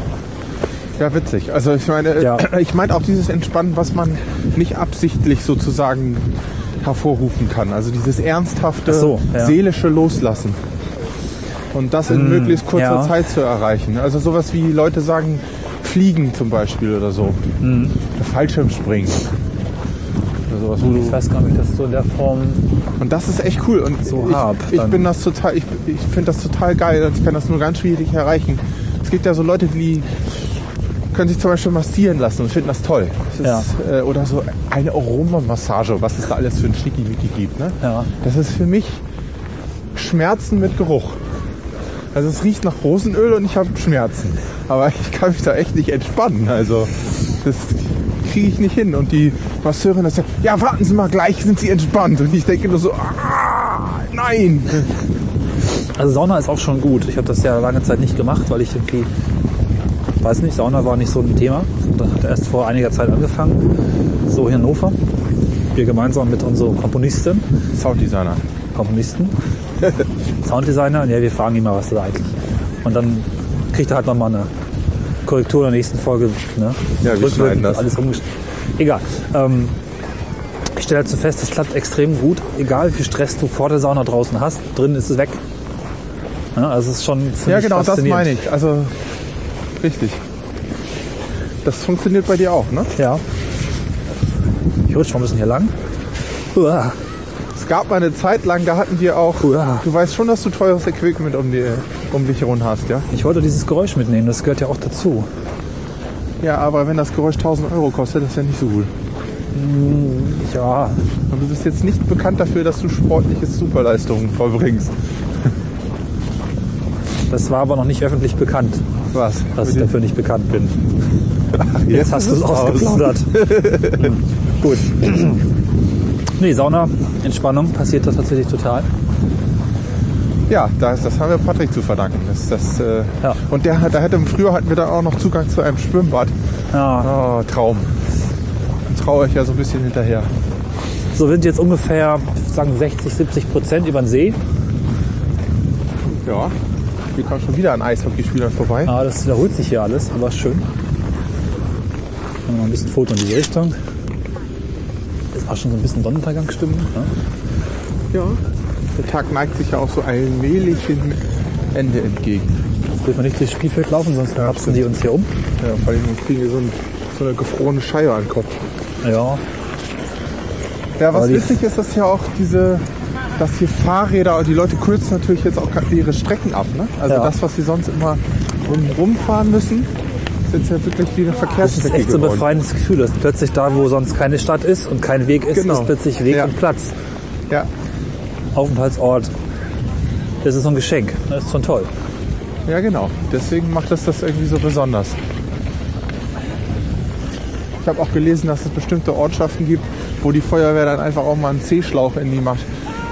S2: Ja, witzig. Also ich meine,
S3: Ja.
S2: <clears throat> ich meine auch dieses Entspannen, was man nicht absichtlich sozusagen hervorrufen kann. Also dieses ernsthafte,
S3: Ach so, ja. Mm,
S2: seelische Loslassen. Und das in möglichst kurzer
S3: ja.
S2: Zeit zu erreichen. Also sowas wie Leute sagen,
S3: Mm.
S2: fliegen zum Beispiel oder so. Fallschirmspringen. oder sowas. Wo
S3: Ich
S2: du,
S3: weiß gar nicht, dass du in der Form
S2: und das ist echt cool. Und
S3: So
S2: ich,
S3: hab,
S2: ich
S3: dann-
S2: bin das total, ich, ich finde das total geil und ich kann das nur ganz schwierig erreichen. Es gibt ja so Leute, die können sich zum Beispiel massieren lassen und finden das toll. Das ist, äh, oder so eine Aromamassage, was es da alles für ein Schnickimicki gibt. Ne?
S3: Ja.
S2: Das ist für mich Schmerzen mit Geruch. Also es riecht nach Rosenöl und ich habe Schmerzen. Aber ich kann mich da echt nicht entspannen. Also das kriege ich nicht hin. Und die Masseurin das sagt, ja warten Sie mal, gleich sind Sie entspannt. Und ich denke nur so, ah, nein.
S3: Also Sauna ist auch schon gut. Ich habe das ja lange Zeit nicht gemacht, weil ich irgendwie, weiß nicht, Sauna war nicht so ein Thema. Das hat erst vor einiger Zeit angefangen. So hier in Hannover. Wir gemeinsam mit unserer Komponistin,
S2: Sounddesigner.
S3: Komponisten, <laughs> Sounddesigner. Und ja, wir fragen ihn mal, was das eigentlich. Und dann kriegt er halt nochmal eine Korrektur in der nächsten Folge. Ne?
S2: Ja, wir
S3: Rückwirkend
S2: schneiden das.
S3: Alles umgest- Egal. Ähm, ich stelle dazu fest, das klappt extrem gut. Egal wie viel Stress du vor der Sauna draußen hast, drin ist es weg. Ja, also es ist schon ziemlich
S2: Ja genau, das
S3: faszinierend.
S2: meine ich. Also richtig. Das funktioniert bei dir auch, ne?
S3: Ja. Ich rutsche mal ein bisschen hier lang. Uah.
S2: Es gab mal eine Zeit lang, da hatten wir auch,
S3: Uah.
S2: du weißt schon, dass du teures Equipment um, die, um dich herum hast, ja?
S3: Ich wollte dieses Geräusch mitnehmen, das gehört ja auch dazu.
S2: Ja, aber wenn das Geräusch 1000 Euro kostet, ist ja nicht so gut.
S3: Ja,
S2: Und du bist jetzt nicht bekannt dafür, dass du sportliche Superleistungen vollbringst.
S3: das war aber noch nicht öffentlich bekannt,
S2: Was?
S3: dass ich
S2: Mit
S3: dafür nicht bekannt bin.
S2: dem-
S3: Jetzt hast
S2: ist
S3: du es
S2: raus.
S3: ausgeplaudert. Hm. Gut. Nee, Sauna, Entspannung passiert das tatsächlich total.
S2: Ja, das, das haben wir Patrick zu verdanken. Das, das, äh,
S3: Ja.
S2: Und der, hat- da hätte, früher hatten wir dann auch noch Zugang zu einem Schwimmbad.
S3: Ja,
S2: Oh, Traum. Dann Traue ich ja so ein bisschen hinterher.
S3: so sind jetzt ungefähr sagen 60, 70 Prozent über den See.
S2: Ja. Wir kommen schon wieder an Eishockeyspielern vorbei.
S3: Ah, das wiederholt sich hier alles, aber ist schön. Machen wir Mal ein bisschen Foto in diese Richtung. Es war schon so ein bisschen Sonnenuntergangsstimmung. Ne?
S2: Ja. Der Tag neigt sich ja auch so allmählich dem Ende entgegen.
S3: Jetzt dürfen wir nicht durchs Spielfeld laufen, sonst rapsen die uns hier um.
S2: Ja, vor allem kriegen wir so, ein, so eine gefrorene Scheibe an den Kopf.
S3: Ja,
S2: Ja, was
S3: Aber die-
S2: witzig ist, dass hier auch diese, dass hier Fahrräder, die Leute kürzen natürlich jetzt auch ihre Strecken ab. Ne? Also
S3: Ja.
S2: das, was sie sonst immer rum- rumfahren müssen, ist jetzt ja wirklich wie eine
S3: das ist
S2: Verkehrsstrecke
S3: echt so ein
S2: geworden.
S3: befreiendes Gefühl, dass plötzlich da, wo sonst keine Stadt ist und kein Weg ist,
S2: Genau.
S3: ist plötzlich Weg
S2: Ja.
S3: und Platz.
S2: Ja,
S3: Aufenthaltsort. Das ist so ein Geschenk. Das ist schon toll.
S2: ja, genau. Deswegen macht das das irgendwie so besonders. Ich habe auch gelesen, dass es bestimmte Ortschaften gibt, wo die Feuerwehr dann einfach auch mal einen C-Schlauch in die Masch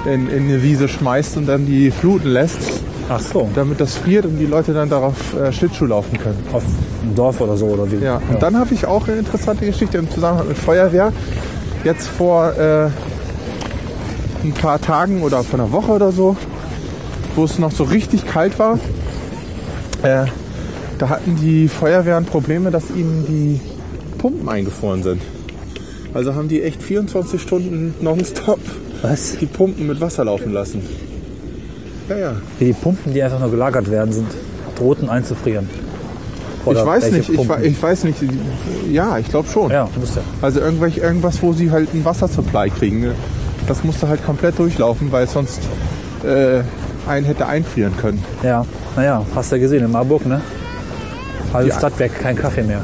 S2: in, in eine Wiese schmeißt und dann die fluten lässt,
S3: Ach so,
S2: damit das friert und die Leute dann darauf äh, Schlittschuh laufen können.
S3: auf dem Dorf oder so oder wie?
S2: Ja, und dann habe ich auch eine interessante Geschichte im Zusammenhang mit Feuerwehr. Jetzt vor äh, ein paar Tagen oder vor einer Woche oder so, wo es noch so richtig kalt war, äh, da hatten die Feuerwehren Probleme, dass ihnen die Pumpen eingefroren sind. Also haben die echt 24 Stunden nonstop
S3: Was?
S2: die Pumpen mit Wasser laufen lassen. Ja, ja.
S3: Wie die Pumpen, die einfach nur gelagert werden, sind drohten einzufrieren. Oder
S2: ich weiß
S3: welche
S2: nicht, ich,
S3: Pumpen?
S2: wa- ich weiß nicht. Ja, ich glaube schon.
S3: Ja, muss ja.
S2: Also irgendwelche, irgendwas, wo sie halt einen Wassersupply kriegen. Ne? Das musste halt komplett durchlaufen, weil sonst äh, einen hätte einfrieren können.
S3: Ja, naja, hast ja gesehen in Marburg, ne? Halbe
S2: Ja.
S3: Stadt weg, kein Kaffee mehr.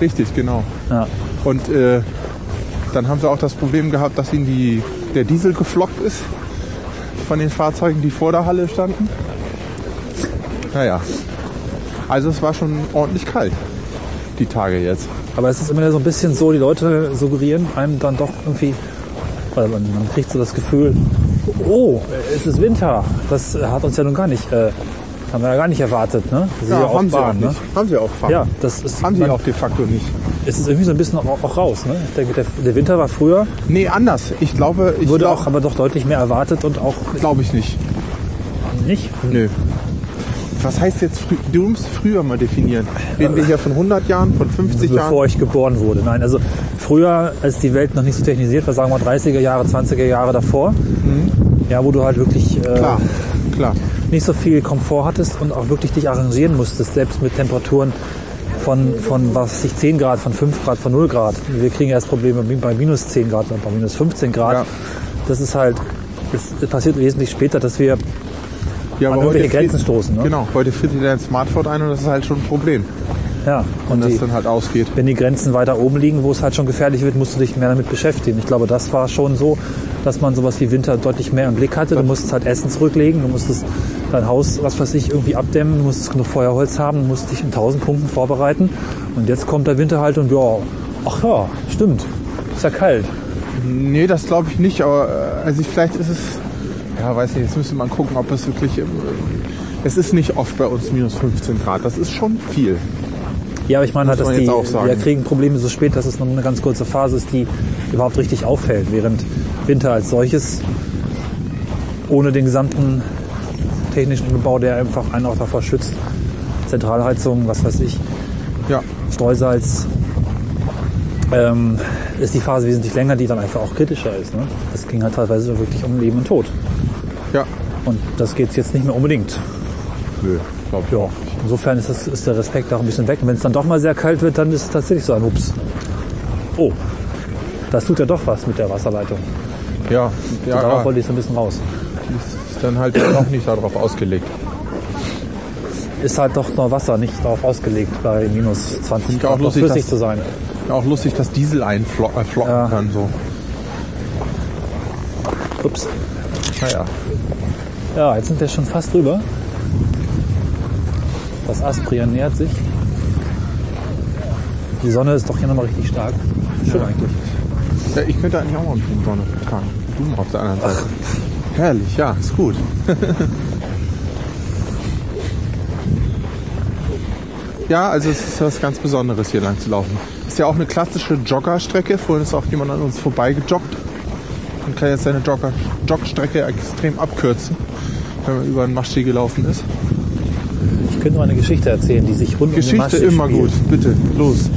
S2: Richtig, genau.
S3: Ja.
S2: Und äh, dann haben sie auch das Problem gehabt, dass ihnen die, der Diesel geflockt ist von den Fahrzeugen, die vor der Halle standen. Naja. Also es war schon ordentlich kalt, die Tage jetzt.
S3: Aber es ist immer so ein bisschen so, die Leute suggerieren einem dann doch irgendwie, oder man, man kriegt so das Gefühl, oh, es ist Winter. Das hat uns ja nun gar nicht, äh, haben wir ja gar nicht erwartet, ne? Das ist Bahn, ne?
S2: Haben sie auch Fahrrad.
S3: Ja, das ist,
S2: Haben sie
S3: man,
S2: auch de facto nicht.
S3: es ist irgendwie so ein bisschen auch, auch raus, ne? Ich denke, der, der Winter war früher,
S2: Nee, anders. Ich glaube, ich
S3: wurde
S2: glaub-
S3: auch aber doch deutlich mehr erwartet und auch
S2: glaube ich nicht.
S3: nicht.
S2: Nö. Was heißt jetzt frü du musst früher mal definieren? Reden wir hier von 100 Jahren, von 50 Jahren?
S3: Bevor ich geboren wurde. Nein, also früher, als die Welt noch nicht so technisiert war, sagen wir 30er Jahre, 20er Jahre davor, ja, wo du halt wirklich äh,
S2: Mhm. Klar, klar.
S3: nicht so viel Komfort hattest und auch wirklich dich arrangieren musstest, selbst mit Temperaturen von, von was weiß ich, 10 Grad, von 5 Grad, von 0 Grad. Wir kriegen erst Probleme bei minus 10 Grad und bei minus 15 Grad.
S2: Ja.
S3: Das ist halt, es passiert wesentlich später, dass wir
S2: Ja,
S3: An irgendwelche Grenzen stoßen, ne?
S2: Genau, heute friert dir dein Smartphone ein und das ist halt schon ein Problem,
S3: Ja,
S2: wenn
S3: und
S2: das
S3: die,
S2: dann halt ausgeht.
S3: wenn die Grenzen weiter oben liegen, wo es halt schon gefährlich wird, musst du dich mehr damit beschäftigen. Ich glaube, das war schon so, dass man sowas wie Winter deutlich mehr im Blick hatte. Du musstest halt Essen zurücklegen, du musstest dein Haus, was weiß ich, irgendwie abdämmen, du musstest genug Feuerholz haben, du musstest dich in tausend Punkten vorbereiten. Und jetzt kommt der Winter halt und ja, ach ja, stimmt, ist ja kalt.
S2: Nee, das glaube ich nicht, aber äh, also ich, vielleicht ist es, ja weiß nicht, jetzt müsste man gucken, ob es wirklich, im- es ist nicht oft bei uns minus 15 Grad, das ist schon viel.
S3: Ja, aber ich meine halt,
S2: Muss
S3: dass
S2: man
S3: die
S2: jetzt auch sagen.
S3: wir kriegen Probleme so spät, dass es nur eine ganz kurze Phase ist, die überhaupt richtig auffällt, während Winter als solches ohne den gesamten technischen Bau, der einfach einen auch davor schützt, Zentralheizung, was weiß ich,
S2: Ja,
S3: Streusalz, ähm, ist die Phase wesentlich länger, die dann einfach auch kritischer ist. Ne? Es ging halt teilweise wirklich um Leben und Tod.
S2: ja,
S3: Und das geht's jetzt nicht mehr unbedingt.
S2: nö, glaube ich
S3: Ja,
S2: auch.
S3: insofern ist, das, ist der Respekt auch ein bisschen weg. Und wenn es dann doch mal sehr kalt wird, dann ist es tatsächlich so ein Hups. Oh, das tut ja doch was mit der Wasserleitung.
S2: Ja, ja,
S3: Darauf
S2: ja
S3: wollte ich so ein bisschen raus.
S2: ist dann halt auch nicht darauf ausgelegt.
S3: Ist halt doch nur Wasser, nicht darauf ausgelegt, bei minus
S2: Ist
S3: 20
S2: auch
S3: Grad noch
S2: lustig,
S3: flüssig
S2: dass-
S3: zu sein.
S2: Ja, auch lustig, dass Diesel einflocken äh, flocken
S3: Ja.
S2: kann, so.
S3: Ups.
S2: Naja,
S3: Ja, jetzt sind wir schon fast drüber. Das Aspria nähert sich. Die Sonne ist doch hier nochmal richtig stark. Schön eigentlich.
S2: ja, ich könnte eigentlich auch mal ein bisschen Sonne vertragen. Du mal auf der anderen Seite. Herrlich, ja, ist gut. <laughs> ja, also es ist was ganz Besonderes, hier lang zu laufen. Ist ja auch eine klassische Joggerstrecke. Vorhin ist auch jemand an uns vorbeigejoggt. Man kann jetzt seine Jogger Jogstrecke extrem abkürzen, wenn man über einen Maschsee gelaufen ist.
S3: Ich könnte mal eine Geschichte erzählen, die sich rund um die
S2: Geschichte
S3: Maschsee
S2: immer
S3: spielt.
S2: gut, bitte, los.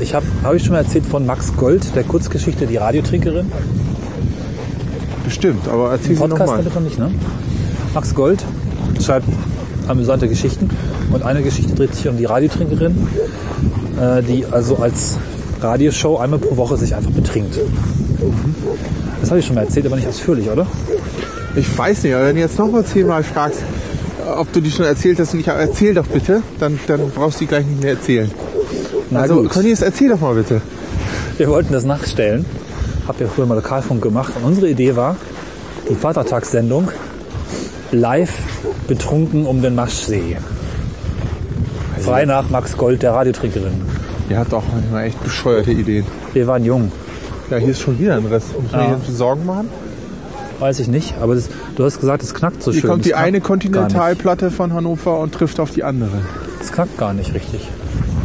S3: Ich habe hab ich schon mal erzählt von Max Gold, der Kurzgeschichte Die Radiotrinkerin.
S2: Bestimmt, aber erzähl sie
S3: Podcast
S2: nochmal.
S3: damit noch nicht, ne? Max Gold schreibt amüsante Geschichten und eine Geschichte dreht sich um die Radiotrinkerin, äh, die also als Radioshow einmal pro Woche sich einfach betrinkt. Das habe ich schon mal erzählt, aber nicht ausführlich, oder?
S2: Ich weiß nicht, aber wenn du jetzt nochmal zehnmal fragst, ob du die schon erzählt hast und ich erzähl doch bitte, dann, dann brauchst du die gleich nicht mehr erzählen.
S3: Na
S2: also,
S3: gut.
S2: Cornelius, erzähl doch mal bitte.
S3: Wir wollten das nachstellen. Hab ja früher mal Lokalfunk gemacht. Und unsere Idee war, die Vatertagssendung live betrunken um den Maschsee.
S2: Also
S3: Frei nach Max Gold, der Radiotrinkerin.
S2: Ihr habt auch manchmal echt bescheuerte Ideen.
S3: Wir waren jung.
S2: Ja, hier ist schon wieder ein Rest. Muss man
S3: Ja.
S2: sich jetzt Sorgen machen?
S3: Weiß ich nicht, aber das, du hast gesagt, es knackt so
S2: Hier
S3: schön.
S2: kommt
S3: Es
S2: die
S3: knackt
S2: eine
S3: gar
S2: Kontinentalplatte von Hannover und trifft auf die andere.
S3: nicht. Es knackt gar nicht richtig.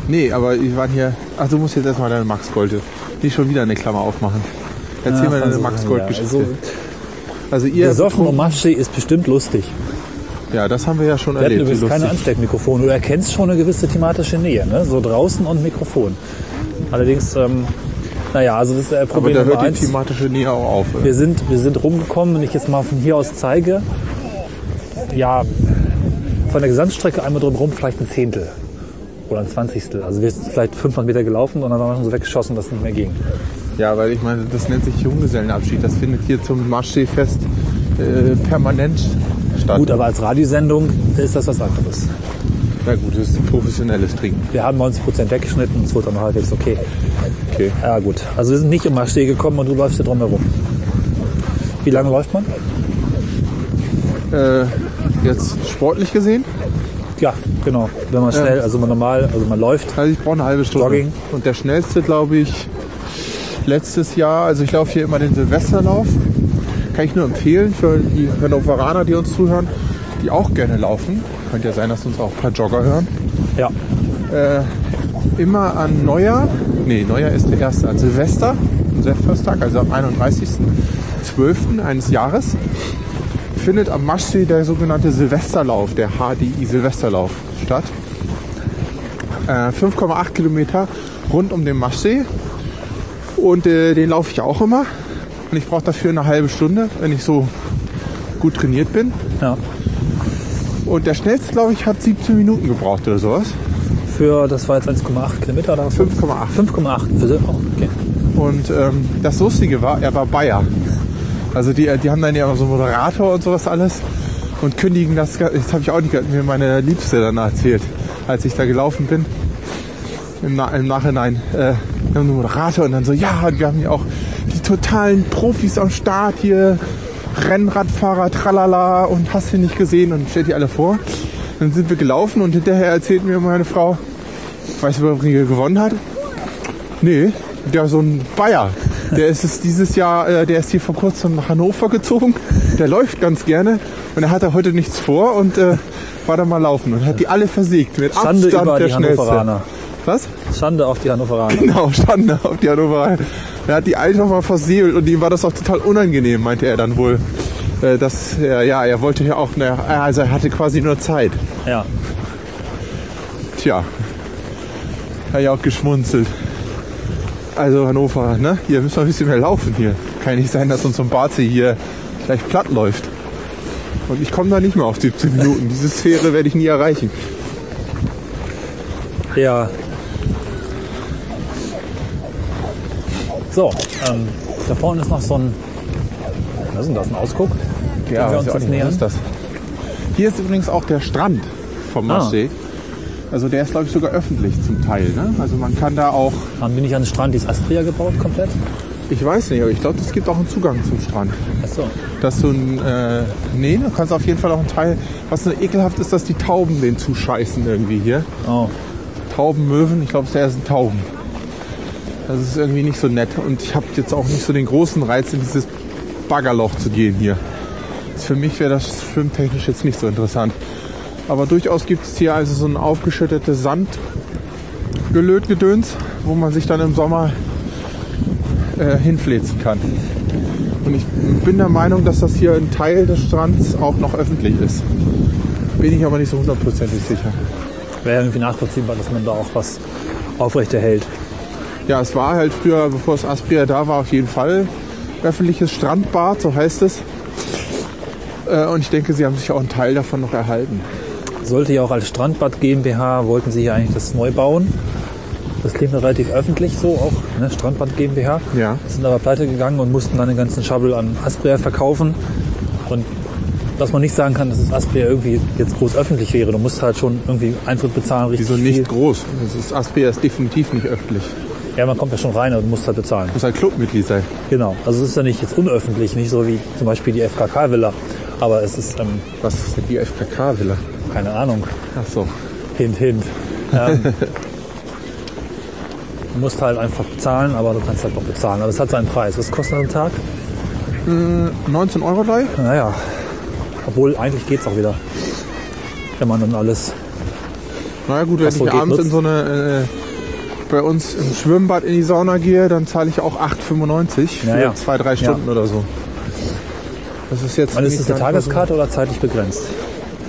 S2: Nee, aber wir waren hier... Ach, du musst jetzt erstmal deine max gold Nicht schon wieder eine Klammer aufmachen. Erzähl mal deine max gold geschichte
S3: Also,
S2: also ihr...
S3: besoffen um Maschsee ist bestimmt lustig.
S2: Ja, das haben wir ja schon
S3: Wir hatten
S2: erlebt.
S3: übrigens
S2: wie
S3: keine
S2: lustig.
S3: Ansteckmikrofone. Du erkennst schon eine gewisse thematische Nähe, ne? So draußen und Mikrofon. Allerdings, ähm, naja, also das ist äh,
S2: Aber
S3: Problem
S2: da
S3: Nummer
S2: hört die
S3: eins.
S2: thematische Nähe auch auf.
S3: Wir sind, wir sind rumgekommen, wenn ich jetzt mal von hier aus zeige, ja, von der Gesamtstrecke einmal drumherum vielleicht ein Zehntel oder ein Zwanzigstel. Also wir sind vielleicht 500 Meter gelaufen und dann waren wir schon so weggeschossen, dass es nicht mehr ging.
S2: Ja, weil ich meine, das nennt sich Junggesellenabschied. Das findet hier zum Marschseefest äh, permanent statt.
S3: Gut, aber als Radiosendung ist das was anderes.
S2: Na gut, das ist professionelles Trinken.
S3: Wir haben 90% weggeschnitten und es wurde dann halbwegs okay.
S2: Okay.
S3: Ja gut, also wir sind nicht im Marché gekommen und du läufst hier drumherum. Wie lange läuft man?
S2: Äh, jetzt sportlich gesehen,
S3: Ja, genau. Wenn man schnell,
S2: Ähm.
S3: also man normal, also man läuft.
S2: also ich brauche eine halbe Stunde.
S3: Jogging.
S2: Und der schnellste, glaube ich, letztes Jahr, also ich laufe hier immer den Silvesterlauf. Kann ich nur empfehlen für die Hannoveraner, die uns zuhören, die auch gerne laufen. Könnte ja sein, dass uns auch ein paar Jogger hören.
S3: Ja,
S2: äh, immer an Neujahr, nee, Neujahr ist der erste, an Silvester, am Silvestertag, also am 31.12. eines Jahres, findet am Maschsee der sogenannte Silvesterlauf, der HDI-Silvesterlauf statt. Äh, 5,8 Kilometer rund um den Maschsee und äh, den laufe ich auch immer. Und ich brauche dafür eine halbe Stunde, wenn ich so gut trainiert bin.
S3: ja.
S2: Und der schnellste, glaube ich, hat 17 Minuten gebraucht oder sowas.
S3: für, das war jetzt 1,8 Kilometer oder was?
S2: 5,8.
S3: 5,8 für oh, okay.
S2: Und ähm, das Lustige war, er war Bayer. Also die, die haben dann ja so einen Moderator und sowas alles und kündigen das. ga- Jetzt habe ich auch nicht gehört, mir meine Liebste dann erzählt, als ich da gelaufen bin. Im, Na im Nachhinein. Äh, wir haben einen Moderator und dann so, ja, und wir haben hier auch die totalen Profis am Start hier. Rennradfahrer, tralala und hast du nicht gesehen und stellt die alle vor. Dann sind wir gelaufen und hinterher erzählt mir meine Frau, weißt du, wer übrigens gewonnen hat? Nee, der so ein Bayer. Der ist es dieses Jahr, äh, der ist hier vor kurzem nach Hannover gezogen. Der läuft ganz gerne und er hatte heute nichts vor und äh, war dann mal laufen und hat die alle versägt mit
S3: Schande
S2: Abstand
S3: über
S2: der
S3: die
S2: schnellste.
S3: Hannoveraner.
S2: Was?
S3: Schande auf die Hannoveraner.
S2: Genau, Schande auf die Hannoveraner. Er hat die einfach mal versäbelt und ihm war das auch total unangenehm, meinte er dann wohl. Äh, dass er, ja, er wollte ja auch, naja, also er hatte quasi nur Zeit.
S3: Ja.
S2: Tja, habe ich auch geschmunzelt. Also Hannover, ne? Hier müssen wir ein bisschen mehr laufen hier. Kann ja nicht sein, dass uns so ein Barzi hier gleich platt läuft. Und ich komme da nicht mehr auf 17 Minuten. Diese Sphäre werde ich nie erreichen.
S3: Ja. So, ähm, da vorne ist noch so ein. Was ist denn das? Ein Ausguck? Können wir
S2: weiß
S3: uns
S2: ich auch nicht,
S3: das
S2: was
S3: nähern?
S2: ist das? Hier ist übrigens auch der Strand vom
S3: Ah.
S2: Marseille. Also der ist, glaube ich, sogar öffentlich zum Teil. Ne? Also man kann da auch,
S3: Haben wir nicht an den Strand dieses Astria gebaut komplett?
S2: ich weiß nicht, aber ich glaube, es gibt auch einen Zugang zum Strand.
S3: Achso.
S2: dass du ein, äh, nee, du kannst auf jeden Fall auch einen Teil, was so ekelhaft ist, dass die Tauben den zuscheißen irgendwie hier.
S3: Oh.
S2: Tauben, Möwen, ich glaube, es sind Tauben. Das ist irgendwie nicht so nett und ich habe jetzt auch nicht so den großen Reiz, in dieses Baggerloch zu gehen hier. Also Für mich wäre das schwimmtechnisch jetzt nicht so interessant. Aber durchaus gibt es hier also so ein aufgeschüttetes Sandgelötgedöns, wo man sich dann im Sommer äh, hinfläzen kann. Und ich bin der Meinung, dass das hier ein Teil des Strands auch noch öffentlich ist. Bin ich aber nicht so hundertprozentig sicher.
S3: Wäre irgendwie nachvollziehbar, dass man da auch was aufrechterhält.
S2: Ja, es war halt früher, bevor es Aspria da war, auf jeden Fall öffentliches Strandbad, so heißt es. Äh, Und ich denke, sie haben sich auch einen Teil davon noch erhalten.
S3: Sollte ja auch als Strandbad GmbH, wollten sie hier eigentlich das neu bauen. Das klingt noch relativ öffentlich so auch, ne? Strandbad GmbH.
S2: Ja.
S3: Sind aber pleite gegangen und mussten dann den ganzen Schabbel an Aspria verkaufen. Und dass man nicht sagen kann, dass es Aspria irgendwie jetzt groß öffentlich wäre. Du musst halt schon irgendwie Eintritt bezahlen, richtig
S2: Wieso nicht
S3: viel.
S2: groß? Das ist, Aspria ist definitiv nicht öffentlich.
S3: Ja, man kommt ja schon rein und muss halt bezahlen.
S2: Muss ein Clubmitglied sein.
S3: Genau. Also es ist ja nicht jetzt unöffentlich, nicht so wie zum Beispiel die FKK-Villa. Aber es ist, ähm,
S2: Was ist denn die FKK-Villa?
S3: keine Ahnung,
S2: Ach so.
S3: Hint, hint.
S2: <laughs>
S3: Ähm, du musst halt einfach bezahlen, aber du kannst halt auch bezahlen. Aber es hat seinen Preis. Was kostet das am Tag?
S2: 19 Euro gleich?
S3: Naja, obwohl eigentlich geht's auch wieder. Wenn man dann alles.
S2: Na ja, gut, wenn
S3: Ach so,
S2: ich
S3: geht
S2: abends in
S3: nutzt.
S2: so eine, äh, bei uns im Schwimmbad in die Sauna gehe, dann zahle ich auch 8,95 für
S3: Ja, ja.
S2: zwei, drei
S3: Ja.
S2: Stunden oder so. Das ist jetzt.
S3: Wann ist
S2: nicht
S3: es eine
S2: ganz so-
S3: Tageskarte oder zeitlich begrenzt?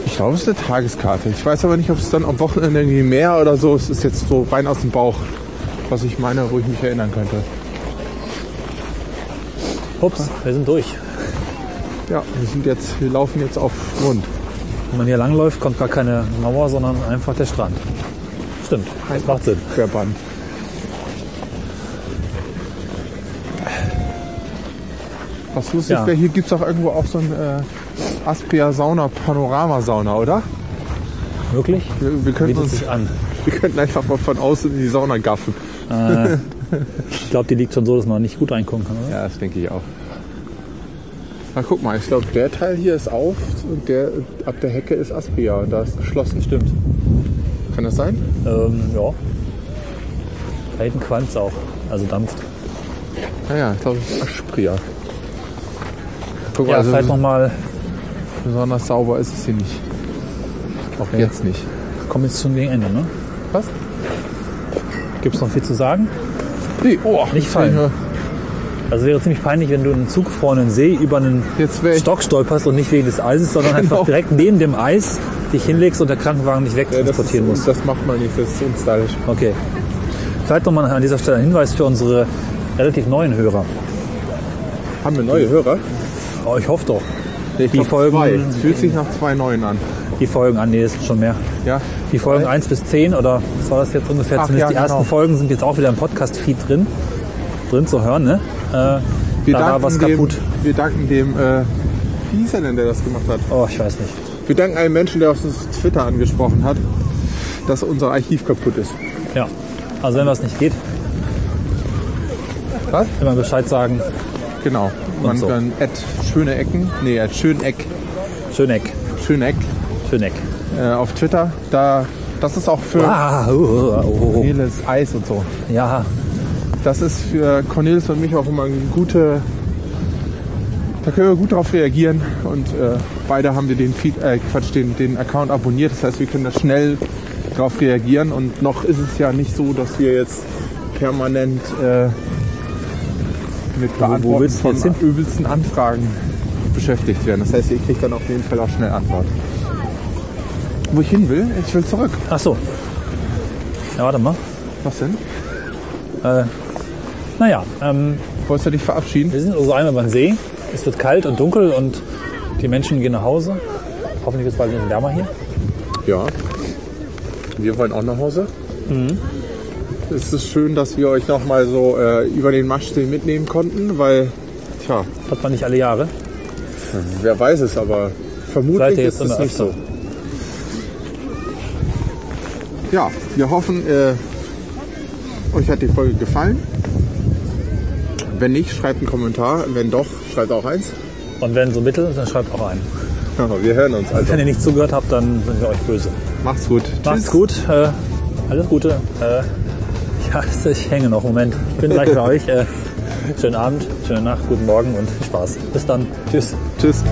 S2: Ich glaube, es ist eine Tageskarte. Ich weiß aber nicht, ob es dann am Wochenende irgendwie mehr oder so. Es ist jetzt so rein aus dem Bauch, was ich meine, wo ich mich erinnern könnte.
S3: Ups, wir sind durch.
S2: Ja, wir sind jetzt, wir laufen jetzt auf Grund.
S3: Wenn man hier langläuft, kommt gar keine Mauer, sondern einfach der Strand. Stimmt, das macht Sinn.
S2: Querband. Was lustig
S3: Ja.
S2: wäre, hier gibt es auch irgendwo auch so ein äh, Aspia Sauna, Panorama Sauna, oder?
S3: Möglich?
S2: Wir, wir, könnten
S3: Bietet
S2: uns,
S3: sich an.
S2: <laughs> wir könnten einfach mal von außen in die Sauna gaffen.
S3: Ich glaube, die liegt schon so, dass man nicht gut reingucken kann. Oder?
S2: Ja, das denke ich auch. Na guck mal, ich glaube der Teil hier ist auf und der ab der Hecke ist Aspia und da ist geschlossen.
S3: Stimmt.
S2: Kann das sein?
S3: Ähm, ja. Da hinten qualmt's auch. Also dampft.
S2: Naja, ich glaube es ist Aspria. Guck mal,
S3: Ja,
S2: also
S3: vielleicht nochmal.
S2: besonders sauber ist es hier nicht. Auch
S3: Ja.
S2: jetzt nicht.
S3: Kommen jetzt zum gegen Ende, ne?
S2: Was?
S3: Gibt es noch viel zu sagen?
S2: Nee, oh,
S3: Nicht
S2: jetzt bin ich
S3: fallen.
S2: nur-
S3: Also wäre ziemlich peinlich, wenn du einen zugefrorenen See über einen
S2: Jetzt wär ich-
S3: Stock stolperst und nicht wegen des Eises, sondern
S2: Genau.
S3: einfach direkt neben dem Eis dich hinlegst und der Krankenwagen nicht
S2: Ja, das,
S3: wegtransportieren
S2: ist-
S3: muss.
S2: das macht man nicht, das ist unstylisch.
S3: Okay. Vielleicht nochmal an dieser Stelle ein Hinweis für unsere relativ neuen Hörer.
S2: Haben wir neue Hörer?
S3: Oh, ich hoffe doch.
S2: Nee, ich
S3: Die
S2: glaub,
S3: Folgen-
S2: zwei. Es fühlt sich nach zwei neuen an.
S3: die Folgen an. Nee, das sind schon mehr.
S2: Ja.
S3: Die Folgen 1 bis 10 oder was war das jetzt ungefähr?
S2: Ach,
S3: Zumindest
S2: ja,
S3: die
S2: genau.
S3: ersten Folgen sind jetzt auch wieder im Podcast-Feed drin. Drin zu hören, ne? Äh, da war was
S2: dem,
S3: kaputt.
S2: Wir danken dem, äh, wie hieß er denn, der das gemacht hat?
S3: Oh, ich weiß nicht.
S2: Wir danken einem Menschen, der auf Twitter angesprochen hat, dass unser Archiv kaputt ist.
S3: Ja. Also wenn was nicht geht,
S2: Was?
S3: immer Bescheid sagen.
S2: Genau. Man
S3: so.
S2: kann at schöne Ecken, nee, at Schöneck,
S3: Schöneck.
S2: Schöneck
S3: Schöneck.
S2: äh, auf Twitter. Da, das ist auch für
S3: Ah, uh, uh, uh, uh.
S2: Cornelis Eis und so.
S3: Ja,
S2: Das ist für Cornelis und mich auch immer eine gute. Da können wir gut drauf reagieren und äh, beide haben wir den Feed, äh, Quatsch, den, den Account abonniert. Das heißt, wir können da schnell drauf reagieren und noch ist es ja nicht so, dass wir jetzt permanent äh, mit
S3: wo
S2: Beantworten
S3: willst du
S2: von
S3: jetzt
S2: übelsten Anfragen beschäftigt werden. Das heißt, ihr kriegt dann auf jeden Fall auch schnell Antwort. Wo ich hin will? Ich will zurück.
S3: ach so. Ja, warte mal.
S2: Was denn?
S3: Naja, ähm,
S2: Wolltest du dich verabschieden?
S3: wir sind also einmal beim See. Es wird kalt und dunkel und die Menschen gehen nach Hause. Hoffentlich wird es bald ein bisschen wärmer hier.
S2: Ja. Wir wollen auch nach Hause.
S3: Mhm.
S2: Es ist schön, dass wir euch nochmal so äh, über den Maschsee mitnehmen konnten, weil, tja,
S3: Hat man nicht alle Jahre.
S2: wer weiß es, aber
S3: Seid
S2: vermutlich
S3: ihr
S2: ist
S3: jetzt
S2: es
S3: immer
S2: nicht so.
S3: öfter?
S2: Ja, wir hoffen, äh, euch hat die Folge gefallen. Wenn nicht, schreibt einen Kommentar. Wenn doch, schreibt auch eins. <laughs>
S3: Und wenn so mittel, dann schreibt auch ein.
S2: Wir hören uns also.
S3: Wenn ihr nicht zugehört habt, dann sind wir euch böse.
S2: Macht's gut.
S3: Macht's gut. Äh, alles Gute. Äh, ja, ich hänge noch. Moment. Ich bin gleich bei euch. Äh, schönen Abend, schöne Nacht, guten Morgen und viel Spaß. Bis dann. Tschüss.
S2: Tschüss.